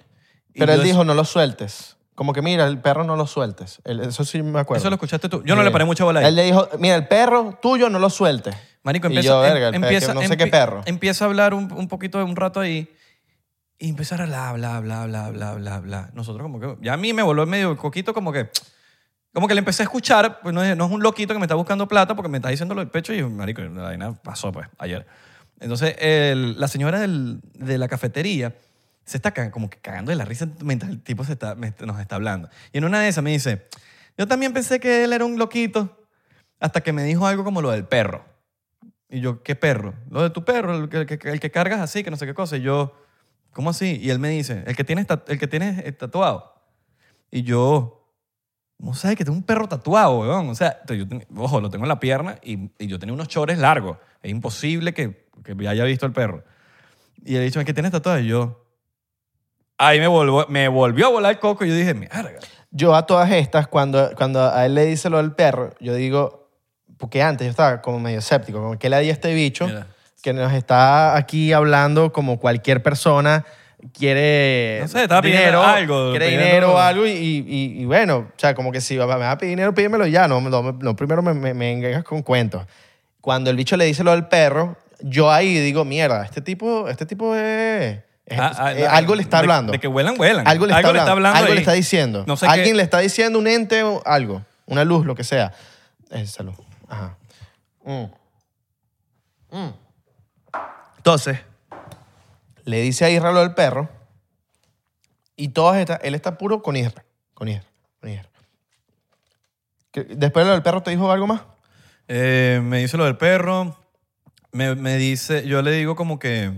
B: y
A: Pero
B: yo
A: él
B: dec-
A: dijo, no lo sueltes. Como que, mira, el perro no lo sueltes. Él- eso sí me acuerdo.
B: Eso lo escuchaste tú. Yo no le paré mucha
A: mucho
B: bola a
A: Él le dijo, mira, el perro tuyo no lo sueltes.
B: Marico,
A: Y
B: empieza,
A: yo,
B: em-
A: verga, el perro,
B: empieza-
A: no sé
B: empi-
A: qué perro.
B: Empieza a hablar un, un poquito, un rato ahí. Y empezar a bla, bla, bla, bla, bla, bla, bla. Nosotros como que... Ya a mí me voló medio el coquito como que... Como que le empecé a escuchar, pues no es, no es un loquito que me está buscando plata porque me está diciendo lo del pecho y, marico, la vaina pasó pues ayer. Entonces, el- la señora del- de la cafetería se está ca- como que cagando de la risa mientras el tipo se está, me- nos está hablando. Y en una de esas me dice, yo también pensé que él era un loquito hasta que me dijo algo como lo del perro. Y yo, ¿qué perro? Lo de tu perro, el que, el que- el que cargas así, que no sé qué cosa. Y yo, ¿cómo así? Y él me dice, el que tienes, tat- el que tienes eh, tatuado. Y yo, ¿Cómo sabes que tengo un perro tatuado, weón? O sea, te- yo ten- ojo, lo tengo en la pierna y, y yo tenía unos chores largos. Es imposible que, que me haya visto el perro. Y el dicho, ¿qué tienes tatuado? Y yo, ahí me, volvo- me volvió a volar el coco y yo dije, mierda.
A: Yo a todas estas, cuando, cuando a él le dice lo del perro, yo digo, porque antes yo estaba como medio escéptico, como que le di a este bicho
B: Mira.
A: que nos está aquí hablando como cualquier persona quiere
B: No sé, estaba pidiendo
A: dinero,
B: algo,
A: quiere
B: pidiendo-
A: dinero o algo y, y- y- y bueno, o sea, como que si me vas a pedir dinero, pídemelo ya, no, no, no, primero me, me, me engañas con cuentos. Cuando el bicho le dice lo del perro, yo ahí digo, mierda, este tipo, este tipo es... es-
B: Ah, ah,
A: eh, algo le está
B: de-
A: hablando.
B: De que vuelan, vuelan.
A: Algo le está hablando. algo le
B: ahí.
A: está diciendo.
B: No sé
A: Alguien
B: qué-
A: le está diciendo un ente o algo. Una luz, lo que sea. Esa luz. Ajá. Mm. Mm. Entonces, le dice a Israel lo del perro. Y todas estas. Él está puro con Israel. Con Israel. Con Israel. ¿Qué- ¿Después de lo del perro te dijo algo más?
B: Eh, me dice lo del perro. Me, me dice, yo le digo como que,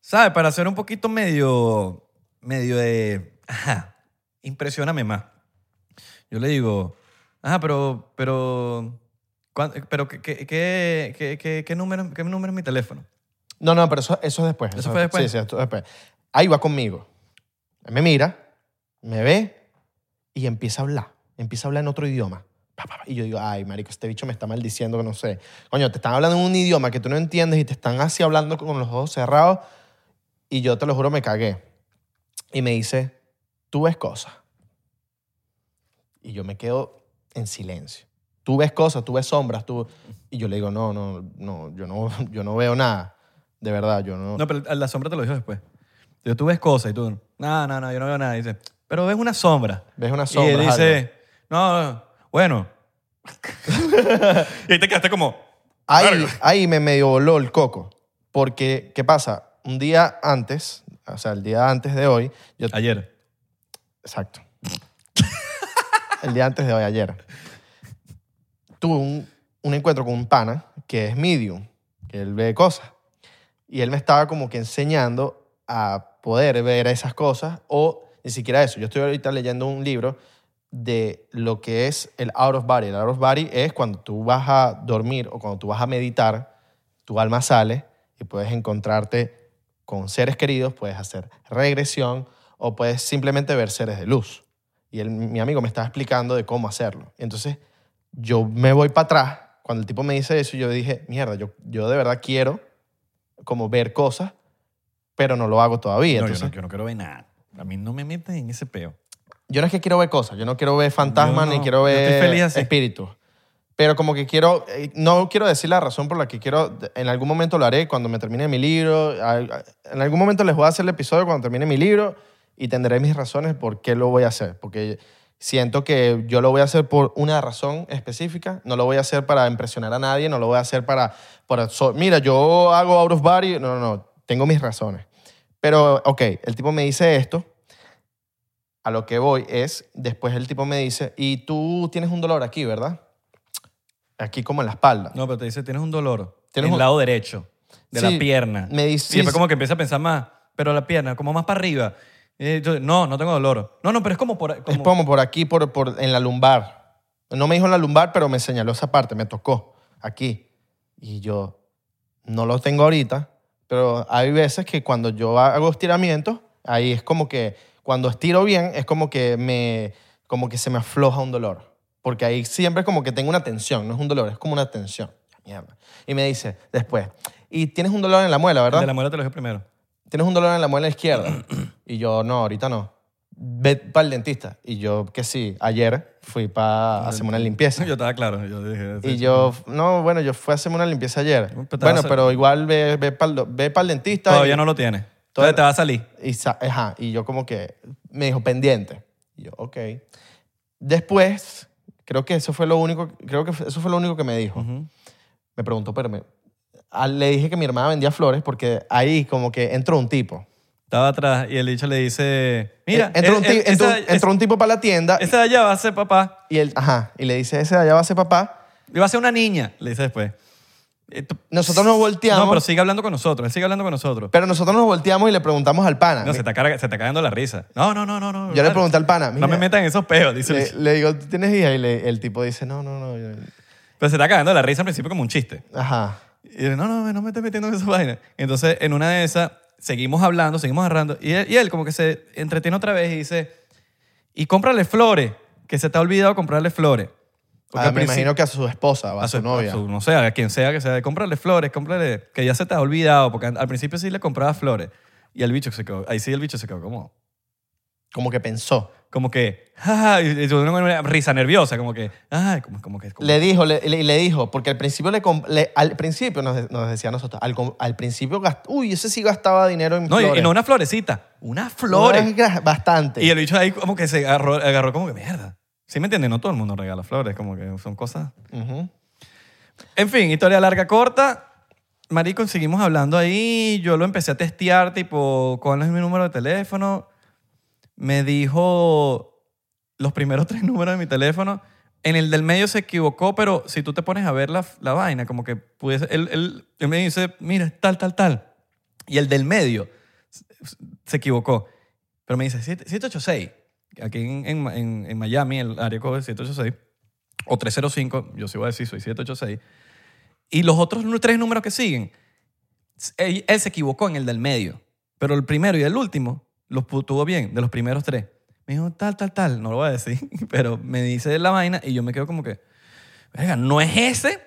B: ¿sabes? Para ser un poquito medio, medio de, ajá, impresioname más. Yo le digo, ajá, pero, pero, ¿cuán- pero ¿qué, qué, qué, qué, qué- qué número, ¿qué número es mi teléfono?
A: No, no, pero eso, eso es después.
B: ¿Eso fue después?
A: Sí, sí, esto es después. Ahí va conmigo. Él me mira, me ve y empieza a hablar. Empieza a hablar en otro idioma. Pa, pa, pa. Y yo digo, ay, marico, este bicho me está maldiciendo que no sé. Coño, te están hablando en un idioma que tú no entiendes y te están así hablando con los ojos cerrados. Y yo te lo juro, me cagué. Y me dice, tú ves cosas. Y yo me quedo en silencio. Tú ves cosas, tú ves sombras, tú... Y yo le digo, no, no, no, yo no, (laughs) yo no veo nada. De verdad, yo no...
B: No, pero la sombra te lo dijo después. Yo, tú ves cosas y tú, no, no, no, yo no veo nada. Y dice, pero ves una sombra.
A: ves una
B: Y
A: sombra.
B: él dice, no, no,
A: (laughs)
B: bueno. y ahí te quedaste como,
A: Ahí, ahí me medio voló el coco. Porque, ¿qué pasa? Un día antes, o sea, el día antes de hoy, yo...
B: ayer.
A: Exacto. el día antes de hoy, ayer, tuve un, un encuentro con un pana que es medium, que él ve cosas. Y él me estaba como que enseñando a poder ver esas cosas o ni siquiera eso. Yo estoy ahorita leyendo un libro de lo que es el out of body. El out of body es cuando tú vas a dormir o cuando tú vas a meditar, tu alma sale y puedes encontrarte con seres queridos, puedes hacer regresión o puedes simplemente ver seres de luz. Y él- mi amigo me estaba explicando de cómo hacerlo. Entonces yo me voy para atrás. Cuando el tipo me dice eso, yo dije, mierda, yo, yo de verdad quiero como ver cosas, pero no lo hago todavía.
B: No, yo
A: Entonces,
B: no, yo no quiero ver nada. A mí no me meten en ese peo.
A: yo no es que quiero ver cosas, yo no quiero ver fantasmas
B: Yo
A: ni
B: no,
A: quiero
B: yo
A: ver
B: estoy feliz así.
A: espíritus. Pero como que quiero, eh, no quiero decir la razón por la que quiero, en algún momento lo haré cuando me termine mi libro, al- en algún momento les voy a hacer el episodio cuando termine mi libro y tendré mis razones por qué lo voy a hacer, porque siento que yo lo voy a hacer por una razón específica, no lo voy a hacer para impresionar a nadie, no lo voy a hacer para, para so- mira, yo hago out of body, no, no, no, tengo mis razones. Pero, ok, el tipo me dice esto, a lo que voy es, después el tipo me dice, y tú tienes un dolor aquí, ¿verdad? Aquí como en la espalda.
B: No, pero te dice, tienes un dolor
A: Tienes un-
B: en el lado derecho de
A: Sí,
B: la pierna.
A: me dice-
B: Y
A: sí,
B: después como que empieza a pensar más, pero la pierna, como más para arriba. Y yo, no, no tengo dolor. No, no, pero es como por...
A: Es
B: como-
A: como por aquí, por, por, en la lumbar. No me dijo en la lumbar, pero me señaló esa parte, me tocó aquí. Y yo no lo tengo ahorita, pero hay veces que cuando yo hago estiramientos, ahí es como que cuando estiro bien es como que me como que se me afloja un dolor, porque ahí siempre es como que tengo una tensión, no es un dolor, es como una tensión. Mierda. Y me dice después, "Y tienes un dolor en la muela,
B: El
A: ¿verdad?"
B: de la muela te lo dije primero.
A: ¿tienes un dolor en la muela
B: (clears throat)
A: izquierda? Y yo, no, ahorita no. Ve para el dentista. Y yo, que sí, ayer fui para hacerme una limpieza.
B: (laughs) Yo estaba claro. Yo dije,
A: Y yo, no, bueno, yo fui a hacerme una limpieza ayer.
B: Pero te vas
A: Bueno,
B: a-
A: pero igual ve, ve para el dentista.
B: Todavía
A: y-
B: no lo tiene. Entonces te va a salir.
A: Y, sa- ajá, y yo como que me dijo pendiente. Y yo, ok. Después, creo que eso fue lo único, creo que eso fue lo único que me dijo. Me preguntó, pero me- ah, le dije que mi hermana vendía flores porque ahí como que entró un tipo.
B: Estaba atrás y el dicho le dice, mira,
A: Eh, entró, un,
B: eh,
A: ti-
B: eh,
A: entró-
B: esa-
A: entró un tipo para la tienda
B: esa de allá va a ser papá.
A: y él, ajá, y le dice, ese de allá va a ser papá.
B: Y va a ser una niña, le dice después. Eh, tú-
A: Nosotros nos volteamos,
B: No,
A: pero,
B: pero sigue hablando con nosotros, él sigue hablando con nosotros.
A: nosotros nos volteamos y le preguntamos al pana.
B: No, se está, carga- se está cagando la risa. No, no, no, no. no
A: yo le
B: claro.
A: pregunté al pana,
B: No me
A: "Mira,
B: metan en esos peos, dice el
A: le,
B: dicho.
A: le digo, ¿tú tienes hija? Y le- el tipo dice, no, no, no. yo-
B: Pero se está cagando la risa al principio como un chiste.
A: Ajá.
B: Y yo, no, no, no me estés metiendo en esa vaina. Entonces, en una de esas, seguimos hablando, seguimos agarrando. Y él, y él como que se entretiene otra vez y dice, y cómprale flores, que se te ha olvidado comprarle flores.
A: Ah,
B: al
A: me
B: principio-
A: imagino que a su esposa o a, su, novia.
B: a su- no sé, a quien sea que sea, de comprarle flores, cómprale, que ya se te ha olvidado, porque al principio sí le compraba flores. Y el bicho se quedó, ahí sí el bicho se quedó como,
A: Como que pensó.
B: como que, "Ah", y, y tuvo una risa nerviosa, como que, ah, como, como que... como-
A: Le dijo, le, le- le dijo, porque al principio, le, com- le- al principio nos, de- nos decía a nosotros, al, com- al principio, gast- uy, ese sí gastaba dinero en
B: no, y-
A: flores.
B: y, no una florecita, unas
A: No,
B: flores.
A: es gra- Bastante.
B: Y el bicho ahí como que se agarró, agarró como que mierda. ¿Sí me entiendes? No todo el mundo regala flores, como que son cosas...
A: Ujú.
B: En fin, historia larga, corta. Marico, seguimos hablando ahí. Yo lo empecé a testear, tipo, ¿cuál es mi número de teléfono? Me dijo los primeros (laughs) tres números de mi teléfono. En el del medio se equivocó, pero si tú te pones a ver la, la vaina, como que pudiese... Él, él- él me dice, mira, tal, tal, tal. Y el del medio se- se equivocó. Pero me dice, "Siete- 786. Aquí en, en- en- en Miami, el área code es 786. O 305, yo sí voy a decir, soy 786. Y los otros nu- tres números que siguen, s- él, él se equivocó en el del medio. Pero el primero y el último los pu- tuvo bien, de los primeros tres. Me dijo tal, tal, tal, no lo voy a decir, (laughs) pero me dice la vaina y yo me quedo como que, verga, no es ese,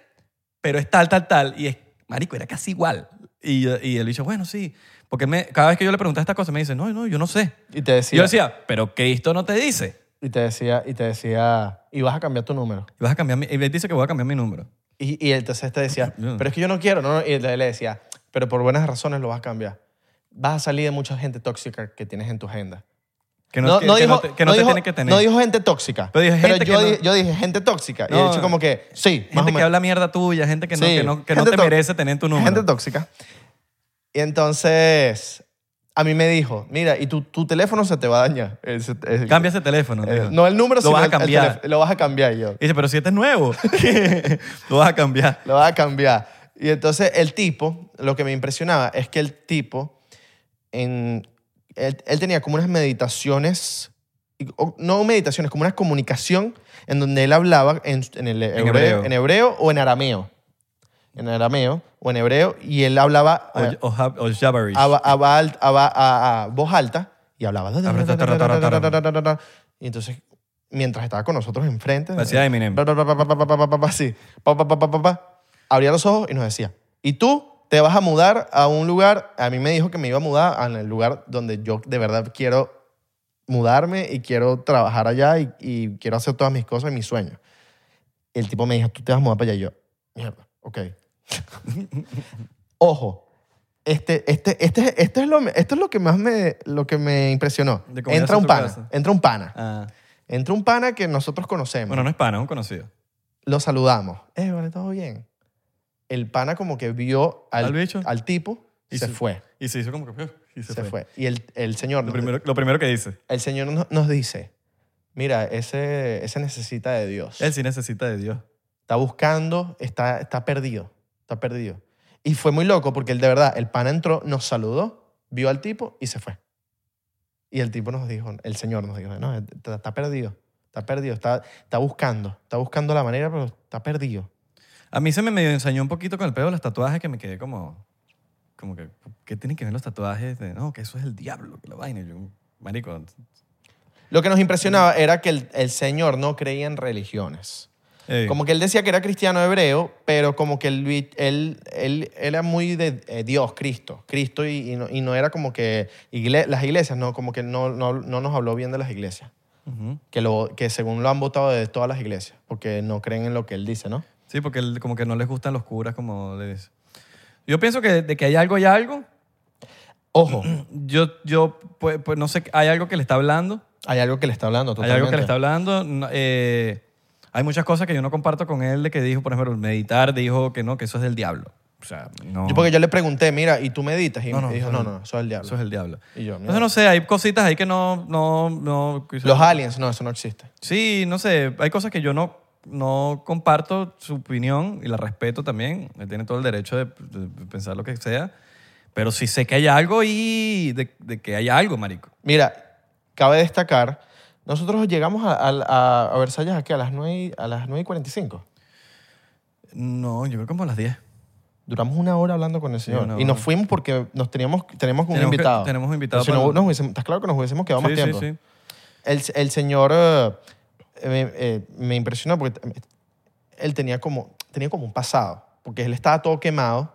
B: pero es tal, tal, tal. Y es, marico, era casi igual. Y, yo- y él dice, bueno, sí. Porque él me- cada vez que yo le preguntaba estas cosas, me dice, no, no, yo no sé.
A: Y te
B: Y yo
A: decía,
B: decía, pero Cristo no te dice.
A: y te decía, y te decía, y vas a cambiar tu número.
B: Y vas a cambiar mi- y él dice que voy a cambiar mi número.
A: Y, y entonces te
B: (laughs)
A: decía,
B: Mm.
A: pero es que yo no quiero, no, no. Y le le decía, pero por buenas razones lo vas a cambiar. Vas a salir de mucha gente tóxica que tienes en tu agenda.
B: Que no, que- que no te, que no te tiene que tener.
A: no dijo gente tóxica.
B: Pero dijo gente
A: yo,
B: que no-
A: di- yo dije gente tóxica. y
B: No,
A: he dicho como que, sí, más o
B: Gente que
A: menos.
B: habla mierda tuya, gente que no,
A: Sí,
B: que no, que no
A: gente
B: te
A: to-
B: merece tener tu número.
A: Gente tóxica. Y entonces, a mí me dijo, mira, y tu, tu teléfono se te va a dañar. Ese- ese-
B: Cambia ese teléfono.
A: eh,
B: digo.
A: no el número,
B: Lo
A: sino
B: vas a
A: el- el
B: cambiar.
A: teléfono. lo vas a cambiar y yo.
B: Y dice, pero si este es nuevo, (laughs) lo vas a cambiar.
A: Lo vas a cambiar. Y entonces el tipo, lo que me impresionaba es que el tipo, en, él, él tenía como unas meditaciones, y- o- no meditaciones, como una comunicación en donde él hablaba en, en el hebreo, en
B: hebreo.
A: hebreo. o en arameo. En arameo o en hebreo. Y él hablaba
B: O,
A: eh,
B: o, jab- o jabberish.
A: a, a- a- a- a- a voz alta y hablaba. Y entonces, mientras estaba con nosotros enfrente,
B: Parecía Eminem.
A: Pa, pa, pa, pa, pa, pa, pa, pa, pa, pa, sí. Pa, pa, pa, pa, pa, pa. Abría los ojos y nos decía, ¿y tú te vas a mudar a un lugar? A mí me dijo que me iba a mudar al lugar donde yo de verdad quiero mudarme y quiero trabajar allá y, y quiero hacer todas mis cosas y mis sueños. El tipo me dijo, tú te vas a mudar para allá. Y yo, mierda, ok. (laughs) Ojo, este, este, este, este es lo, esto es lo que más me, lo que me impresionó.
B: De cómo
A: Entra
B: hace
A: un
B: tu
A: pana,
B: casa.
A: entra un pana.
B: Ah.
A: Entra un pana que nosotros conocemos
B: Bueno, no es pana, es un conocido.
A: lo saludamos. Eh, vale, todo bien. El pana como que vio al,
B: ¿Al bicho?
A: al tipo y
B: Y
A: se
B: se-
A: fue.
B: Y se hizo como que... (laughs) Y se,
A: Se,
B: fue.
A: fue. Y el, el señor, nos,
B: Lo, primero, lo primero que dice.
A: el señor nos, nos dice, mira, ese, ese necesita de Dios.
B: Él sí necesita de Dios.
A: Está buscando, está, está perdido, está perdido. Y fue muy loco porque él de verdad, el pana entró, nos saludó, vio al tipo y se fue. Y el tipo nos dijo, el señor nos dijo, no, está, está perdido, está perdido, está, está buscando, está buscando la manera, pero está perdido.
B: A mí se me medio ensañó un poquito con el pedo de los tatuajes que me quedé como... Como que, ¿qué tienen que ver los tatuajes? De, no, que eso es el diablo, que la vaina. Y Yo, marico,
A: Lo que nos impresionaba era que el, el señor no creía en religiones.
B: eh,
A: Como que él decía que era cristiano hebreo, pero como que él, vi- él, él era muy de eh, Dios, Cristo. Cristo y, y no, y no era como que igle- las iglesias, no, como que no, no, no nos habló bien de las iglesias.
B: ujú.
A: Que, lo, que según lo han votado de todas las iglesias, porque no creen en lo que él dice, ¿no?
B: Sí, porque él como que no les gustan los curas, como le dice. Yo pienso que de que hay algo, hay algo. (clears throat)
A: Ojo,
B: Yo, yo pues, pues, no sé, hay algo que le está hablando.
A: hay algo que le está hablando.
B: Hay algo que
A: totalmente.
B: le está hablando. no, eh, hay muchas cosas que yo no comparto con él de que dijo, por ejemplo, meditar, dijo que no, que eso es del diablo. O sea, no.
A: Yo porque yo le pregunté, mira, ¿y tú meditas? Y
B: No,
A: me
B: no,
A: dijo,
B: no,
A: no, no, eso es el diablo.
B: Eso es el diablo.
A: Y yo,
B: Entonces, no sé, hay cositas ahí que no... no, no quizás-
A: Los aliens, no, eso no existe.
B: Sí, no sé, hay cosas que yo no, no comparto su opinión y la respeto también. Él tiene todo el derecho de, de pensar lo que sea. Pero sí sé que hay algo y de, de que hay algo, marico.
A: Mira, cabe destacar, nosotros llegamos a, a- a- a Versalles aquí a las 9, y- a las 9 y 45.
B: No, yo creo como a las 10.
A: Duramos una hora hablando con el señor.
B: una
A: y nos
B: hora.
A: fuimos porque nos teníamos, tenemos un
B: Tenemos que-
A: invitado.
B: tenemos un invitado
A: Si
B: para-
A: no, nos hubiésemos- estás claro que nos hubiésemos quedado más
B: sí,
A: tiempo.
B: sí, sí.
A: El, el señor eh, eh, eh, me impresionó porque t- él tenía como, tenía como un pasado. Porque él estaba todo quemado.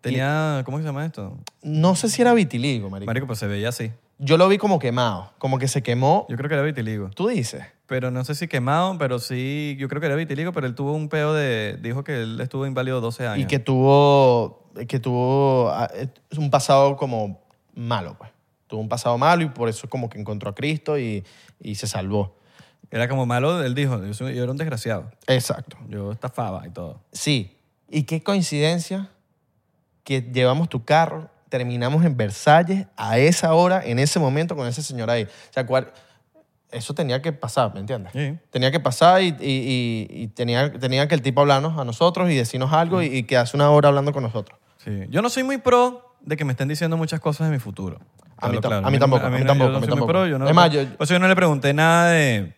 B: Tenía, ¿cómo se llama esto?
A: No sé si era vitiligo, marico.
B: Marico, pues se veía así.
A: Yo lo vi como quemado. Como que se quemó.
B: Yo creo que era vitiligo.
A: Tú dices.
B: Pero no sé si quemado, pero sí, yo creo que era vitiligo, pero él tuvo un peo de... Dijo que él estuvo inválido 12 años.
A: Y que tuvo, que tuvo ah, eh, un pasado como malo, pues. Tuvo un pasado malo y por eso como que encontró a Cristo y, y se salvó.
B: Era como malo, él dijo, yo, soy- yo era un desgraciado.
A: Exacto.
B: Yo estafaba y todo.
A: Sí. Y qué coincidencia que llevamos tu carro, terminamos en Versalles a esa hora, en ese momento, con ese señor ahí. O sea, cuál- eso tenía que pasar, ¿me entiendes?
B: Sí.
A: Tenía que pasar y, y- y- y tenía, tenía que el tipo hablarnos a nosotros y decirnos algo y, y quedarse una hora hablando con nosotros.
B: Sí. Yo no soy muy pro de que me estén diciendo muchas cosas de mi futuro.
A: A mí
B: Hablo
A: tam- a mí tampoco, a mí
B: no-
A: tampoco,
B: Yo
A: a mí
B: no soy muy
A: tampoco.
B: pro. Yo no,
A: Es más, yo-
B: o sea, yo no le pregunté nada de...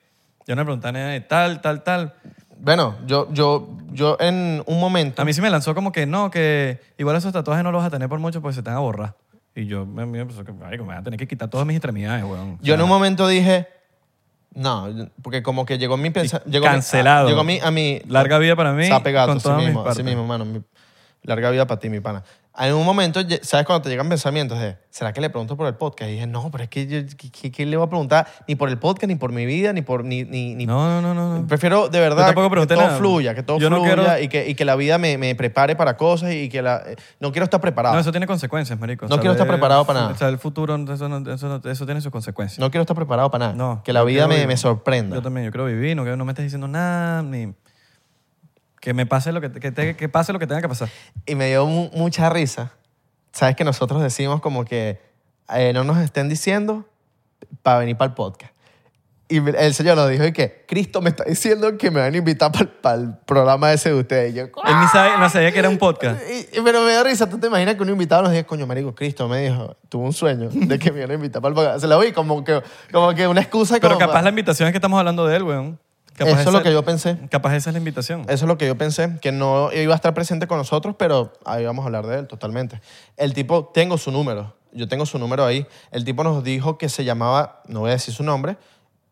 B: Yo no le pregunté nada de tal, tal, tal.
A: Bueno, yo, yo, yo en un momento...
B: A mí sí me lanzó como que no, que igual esos tatuajes no los vas a tener por mucho porque se te van a borrar. Y yo me, me, pensó que, "Marico, me van a tener que quitar todas mis extremidades, weón.
A: Yo en
B: no
A: un momento dije, no, porque como que llegó mi pensamiento.
B: cancelado.
A: llegó a mí. A mí
B: Larga vida para mí,
A: Se ha pegado,
B: con
A: así
B: todas mis
A: mismo, así
B: partes.
A: mismo, mano. mi- larga vida para ti, mi pana. En un momento, ye- ¿sabes cuando te llegan pensamientos de, ¿será que le pregunto por el podcast? Y dije, no, pero es que yo, ¿qué- ¿qué, qué le voy a preguntar? Ni por el podcast, ni por mi vida, ni por. Ni, ni, ni-
B: No, no, no, no.
A: Prefiero de
B: Yo
A: verdad
B: tampoco
A: que
B: pregunté
A: todo
B: nada.
A: fluya, que todo
B: Yo no
A: fluya
B: quiero-
A: y, que, y que la vida me, me prepare para cosas y que la. eh, No quiero estar preparado.
B: No,
A: No,
B: eso tiene consecuencias, marico.
A: No quiero estar preparado para nada.
B: O sea, el futuro, eso, no- eso no- eso tiene sus consecuencias.
A: quiero estar preparado para nada.
B: No,
A: (laughs) que la
B: yo
A: vida
B: quiero
A: me,
B: vivir.
A: me sorprenda.
B: Yo también, yo creo vivir, no, que no me estés diciendo nada, ni que me pase lo que, que, te- que pase lo que tenga que pasar.
A: y me dio mu- mucha risa. Sabes que nosotros decimos como que eh, no nos estén diciendo para venir para el podcast. Y me- el señor nos dijo y que Cristo me está diciendo que me van a invitar para el programa ese de ustedes. Y yo,
B: Él ni sabe, no sabía que era un podcast.
A: y- y- pero me da risa. ¿Tú te imaginas que un invitado nos diga, coño, marico, Cristo me dijo, tuve un sueño de que me iban a invitar para el podcast? Se lo vi como que, como que una excusa.
B: Pero
A: como
B: capaz
A: para-
B: la invitación es que estamos hablando de él, weón. Capaz
A: Eso es
B: esa-
A: lo que yo pensé.
B: Capaz esa es la invitación.
A: Eso es lo que yo pensé, que no iba a estar presente con nosotros, pero ahí vamos a hablar de él totalmente. El tipo, tengo su número, yo tengo su número ahí. El tipo nos dijo que se llamaba, no voy a decir su nombre,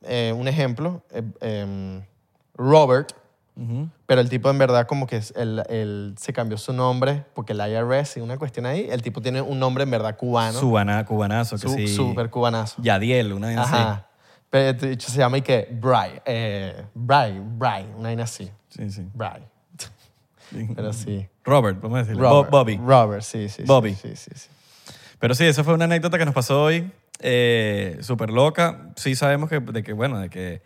A: eh, un ejemplo, eh, em, Robert, pero el tipo en verdad como que es el- el- se cambió su nombre porque el IRS y una cuestión ahí, el tipo tiene un nombre en verdad cubano,
B: Subana- cubanazo, que
A: su-
B: sí.
A: super cubanazo.
B: Yadiel, una vez así.
A: Ajá. Pero este bicho se llama y que Bry, eh, Bry, Bry, una vaina así,
B: Sí, sí.
A: Bry. (laughs) Pero sí.
B: Robert, vamos a decirle.
A: Robert,
B: Bo- Bobby.
A: Robert, sí, sí. sí,
B: Bobby.
A: Sí, sí, sí.
B: Pero sí, esa fue una anécdota que nos pasó hoy, eh, súper loca. Sí sabemos que, de que, bueno, de que...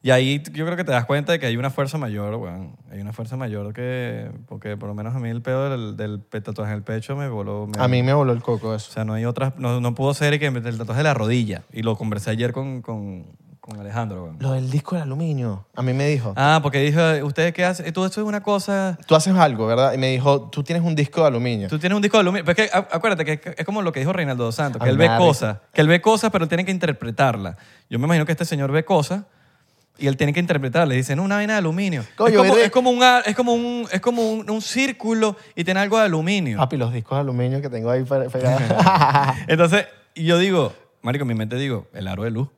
B: Y ahí yo creo que te das cuenta de que hay una fuerza mayor, weón. Hay una fuerza mayor que... Porque por lo menos a mí el pedo del, del pe- tatuaje en el pecho me voló... me-
A: A mí me voló el coco
B: O
A: eso.
B: sea, no hay otras... No, no pudo ser y que el tatuaje de la rodilla. Y lo conversé ayer con, con, con Alejandro, weón.
A: Lo del disco de aluminio. A mí me dijo,
B: Ah, porque dijo, ¿ustedes qué hacen? Tú, eso es una cosa...
A: tú haces algo, ¿verdad? Y me dijo, tú tienes un disco de aluminio.
B: Tú tienes un disco de aluminio. Pero es que, a- acuérdate que es- es como lo que dijo Reinaldo dos Santos, que
A: A
B: él
A: mí me
B: ve
A: da
B: cosas, que él ve cosas, pero él tiene que interpretarlas. Yo me imagino que este señor ve cosas y él tiene que interpretarlas. Le dicen, una vaina de aluminio.
A: Coño,
B: es, como,
A: ¿verdad?
B: es como un, ar- es como un, es como un, un círculo y tiene algo de aluminio.
A: Papi, los discos de aluminio que tengo ahí pe-
B: (laughs)
A: pegados.
B: Entonces, yo digo, marico, en mi mente digo, el aro de luz.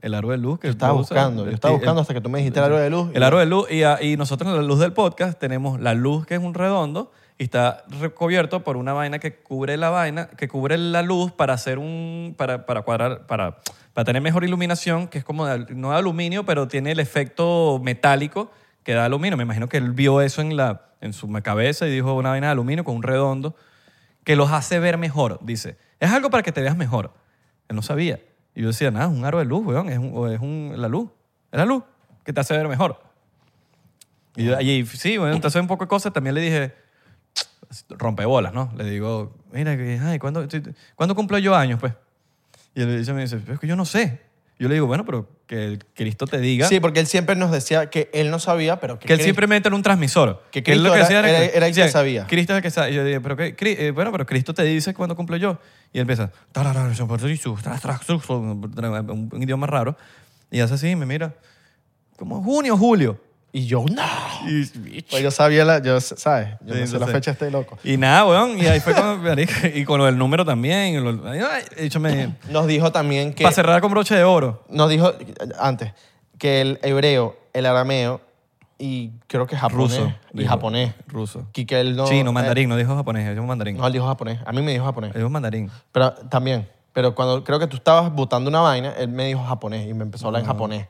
B: El aro de luz que
A: Yo (laughs) estaba
B: lo usa-
A: buscando, yo
B: el-
A: estaba
B: el-
A: buscando hasta que tú me dijiste el aro de luz.
B: El aro de luz y, a- y nosotros en la luz del podcast tenemos la luz que es un redondo y está recubierto por una vaina que cubre la vaina, que cubre la luz para hacer un para, para cuadrar para para tener mejor iluminación, que es como de al- no de aluminio, pero tiene el efecto metálico que da aluminio. Me imagino que él vio eso en la en su cabeza y dijo una vaina de aluminio con un redondo que los hace ver mejor. Dice, es algo para que te veas mejor. Él no sabía. Y yo decía, nada, es un aro de luz, weón, es, un- o es un- la luz. Es la luz que te hace ver mejor. Y yo, allí, sí, bueno, entonces un poco de cosas. También le dije, rompebolas, ¿no? Le digo, mira, que, ay, ¿cuándo, tú- tú- ¿cuándo cumplo yo años, pues? Y él dice, me dice, es que yo no sé. Yo le digo, bueno, pero que el Cristo te diga
A: Sí, porque él siempre nos decía que él no sabía, pero que,
B: que él
A: Cristo-
B: simplemente era un transmisor.
A: Que
B: él
A: Cristo era- era- era el que
B: decía,
A: sabía.
B: Cristo es el que sabía. Y yo dije, pero que, Cri- eh, bueno, pero Cristo te dice cuando cumplo yo. Y él empieza, tararara, su- por- su- tra- tra- su- su- un un idioma raro. Y hace así, y me mira, como junio, julio.
A: Y yo, no. (laughs)
B: Y,
A: Pues yo sabía la, yo, ¿sabes? Yo
B: Sí,
A: no
B: yo
A: sé la
B: sé.
A: fecha, estoy loco.
B: y nada, weón. Y ahí fue (laughs) con, y con lo del número también. y lo- ay, ay, de hecho, me-
A: Nos dijo también que...
B: para cerrar con broche de oro.
A: Nos dijo eh, antes que el hebreo, el arameo y creo que japonés.
B: Ruso.
A: Y
B: dijo.
A: japonés.
B: Ruso.
A: Y que él no...
B: Chino, mandarín. Eh. No dijo japonés, dijo mandarín.
A: eh, no, él dijo japonés. A mí me dijo japonés.
B: Dijo mandarín.
A: Pero también, pero cuando creo que tú estabas botando una vaina, él me dijo japonés y me empezó a hablar
B: Ah.
A: en japonés.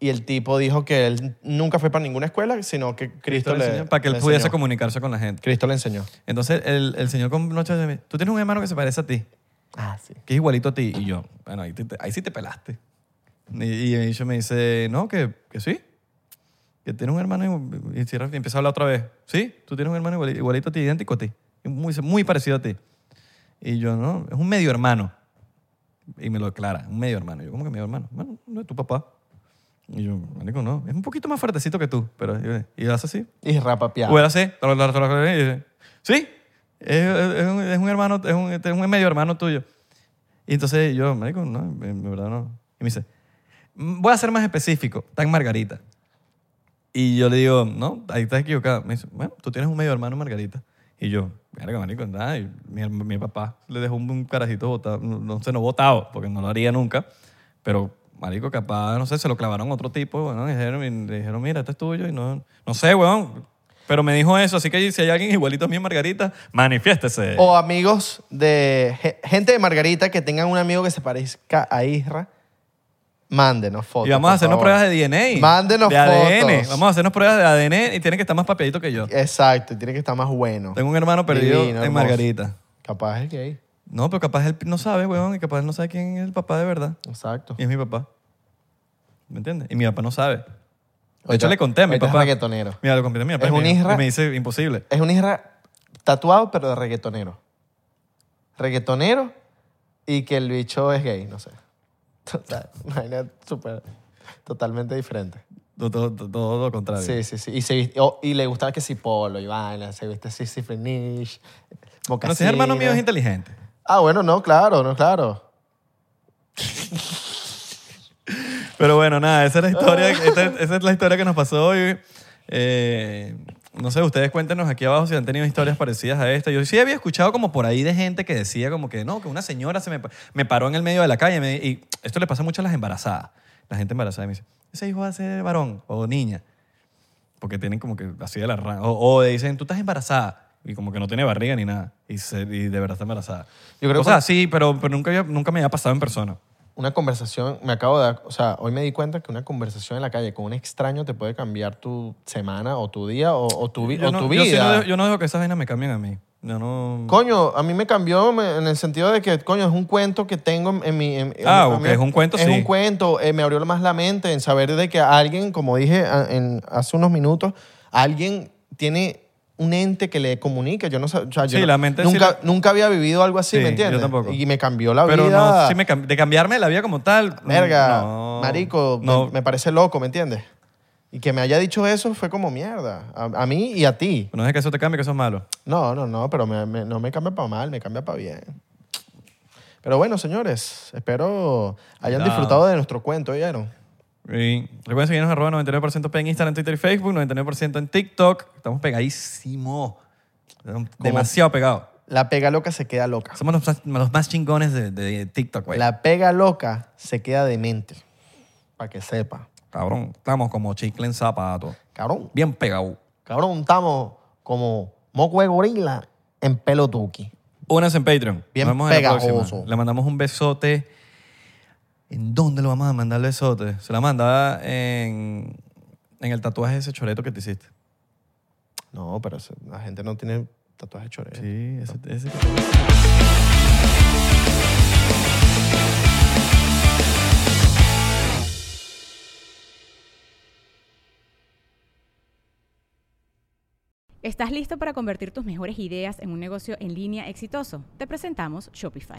A: Y el tipo dijo que él nunca fue para ninguna escuela, sino que Cristo,
B: Cristo le
A: le,
B: enseñó para que él
A: le
B: pudiese
A: enseñó.
B: comunicarse con la gente.
A: Cristo le enseñó.
B: Entonces el, el señor con noche de mí, tú tienes un hermano que se parece a ti,
A: Ah, sí.
B: que es igualito a ti. Y yo, bueno, ahí, te- ahí sí te pelaste. Y, y el bicho me dice, no, que, que sí, que tienes un hermano y, y cierra- y empieza a hablar otra vez. Sí, tú tienes un hermano igualito, igualito a ti, idéntico a ti, muy, muy parecido a ti. Y yo, no, es un medio hermano. Y me lo aclara, un medio hermano. Yo, ¿cómo que medio hermano? Bueno, no es tu papá. Y yo, marico, no, es un poquito más fuertecito que tú. Pero, y, y hace así,
A: Y rapapeado.
B: o era así. tra- tra- tra- tra- y dice, Sí, es, es un, es un hermano, es un, es un medio hermano tuyo. Y entonces yo, marico, no, en en verdad no. Y me dice, "Mm, voy a ser más específico, tan Margarita. Y yo le digo, no, ahí estás equivocado. Me dice, bueno, tú tienes un medio hermano Margarita. Y yo, verga, marico, nada. y Mi, herma- mi papá le dejó un, un carajito botado, no, no sé, no botado, porque no lo haría nunca. Pero, marico, capaz, no sé, se lo clavaron a otro tipo, bueno, y dijeron, y le dijeron, mira, este es tuyo, y no, no sé, weón. Pero me dijo eso, así que si hay alguien igualito a mí, Margarita, manifiéstese.
A: O amigos de ge- gente de Margarita que tengan un amigo que se parezca a Isra, mándenos fotos.
B: y vamos a
A: por
B: hacernos
A: favor.
B: pruebas de DNA.
A: Mándenos
B: De ADN.
A: fotos.
B: Vamos a hacernos pruebas de ADN y tienen que estar más papelito que yo.
A: Exacto, tiene que estar más bueno.
B: Tengo un hermano perdido
A: Divino,
B: en
A: hermoso.
B: Margarita.
A: Capaz es gay.
B: No, pero capaz él no sabe, weón, y capaz él no sabe quién es el papá de verdad.
A: Exacto.
B: Y es mi papá. ¿Me entiendes? Y mi papá no sabe. De
A: Ahorita-
B: hecho, le conté a mi
A: ahorita es
B: papá.
A: reggaetonero.
B: Mira, lo conté a mi papá.
A: Es
B: y me-
A: un isra.
B: Y me dice, imposible.
A: Es un Isra tatuado, pero de reggaetonero. Reggaetonero y que el bicho es gay, no sé. (laughs) Total, una vaina súper, totalmente diferente.
B: Todo, todo- todo lo contrario.
A: Sí, sí, sí. Y, se viste- o- y le gustaba que si polo, y vaina, se viste así, si finish,
B: Pero si es hermano mío, es
A: mocasines.
B: inteligente.
A: Ah, bueno, no, claro, no, claro.
B: Pero bueno, nada, esa es la historia, esta- esa es la historia que nos pasó hoy. Eh, no sé, ustedes cuéntenos aquí abajo si han tenido historias parecidas a esta. Yo sí había escuchado como por ahí de gente que decía como que no, que una señora se me, pa- me paró en el medio de la calle y me- y esto le pasa mucho a las embarazadas. La gente embarazada me dice, ese hijo va a ser varón o niña. Porque tienen como que así de la ra- O, o dicen, tú estás embarazada. Y como que no tiene barriga ni nada. Y, se- y de verdad está embarazada.
A: Yo creo
B: o sea,
A: que-
B: sí, pero, pero nunca, había- nunca me había pasado en persona.
A: Una conversación, me acabo de dar, o sea, hoy me di cuenta que una conversación en la calle con un extraño te puede cambiar tu semana o tu día o, o tu, vi-
B: Yo
A: o
B: no-
A: tu
B: yo sí no
A: vida.
B: dejo- yo no dejo que esas vainas me cambien a mí. Yo no...
A: Coño, a mí me cambió me- en el sentido de que, coño, es un cuento que tengo en- en mi... en- en-
B: Ah,
A: en-
B: ok,
A: en-
B: es un cuento,
A: Es
B: sí.
A: un cuento, eh, me abrió más la mente en saber de que alguien, como dije a- en- hace unos minutos, alguien tiene un ente que le comunica. Yo no sab- o sea, yo
B: Sí,
A: no-
B: la mente sí
A: nunca,
B: la-
A: nunca había vivido algo así,
B: Sí,
A: ¿me
B: yo
A: entiendes?
B: tampoco.
A: Y me cambió la
B: pero
A: vida.
B: no, sí me cam- de cambiarme la vida como tal. mm,
A: Verga,
B: no.
A: marico, me-
B: No.
A: me, parece loco, ¿me entiendes? Y que me haya dicho eso fue como mierda. A, a mí y a ti.
B: No es que eso te cambie, que eso es malo.
A: No, no, no, pero me- me- no me cambia para mal, me cambia para bien. Pero bueno, señores, espero hayan
B: Ya.
A: disfrutado de nuestro cuento, ¿oyeron?
B: Y recuerden seguirnos arroba 99% P en Instagram, Twitter y Facebook, 99% en TikTok. Estamos pegadísimos. Demasiado pegados.
A: La pega loca se queda loca.
B: Somos los, más- los más chingones de, de TikTok, güey.
A: La pega loca se queda demente. Para que sepa.
B: Cabrón, estamos como chicle en zapato.
A: Cabrón,
B: Bien pegado.
A: cabrón, estamos como moco de gorila en pelo tuki.
B: Únanse en Patreon.
A: Bien
B: Nos vemos en la
A: pegajoso.
B: próxima. Le mandamos un besote. ¿En dónde lo vamos a mandar el besote? Se la mandaba en, en el tatuaje de ese choreto que te hiciste.
A: No, pero eso- la gente no tiene Tatuaje chorero.
B: Sí, ese, ese.
F: ¿Estás listo para convertir tus mejores ideas en un negocio en línea exitoso? Te presentamos Shopify.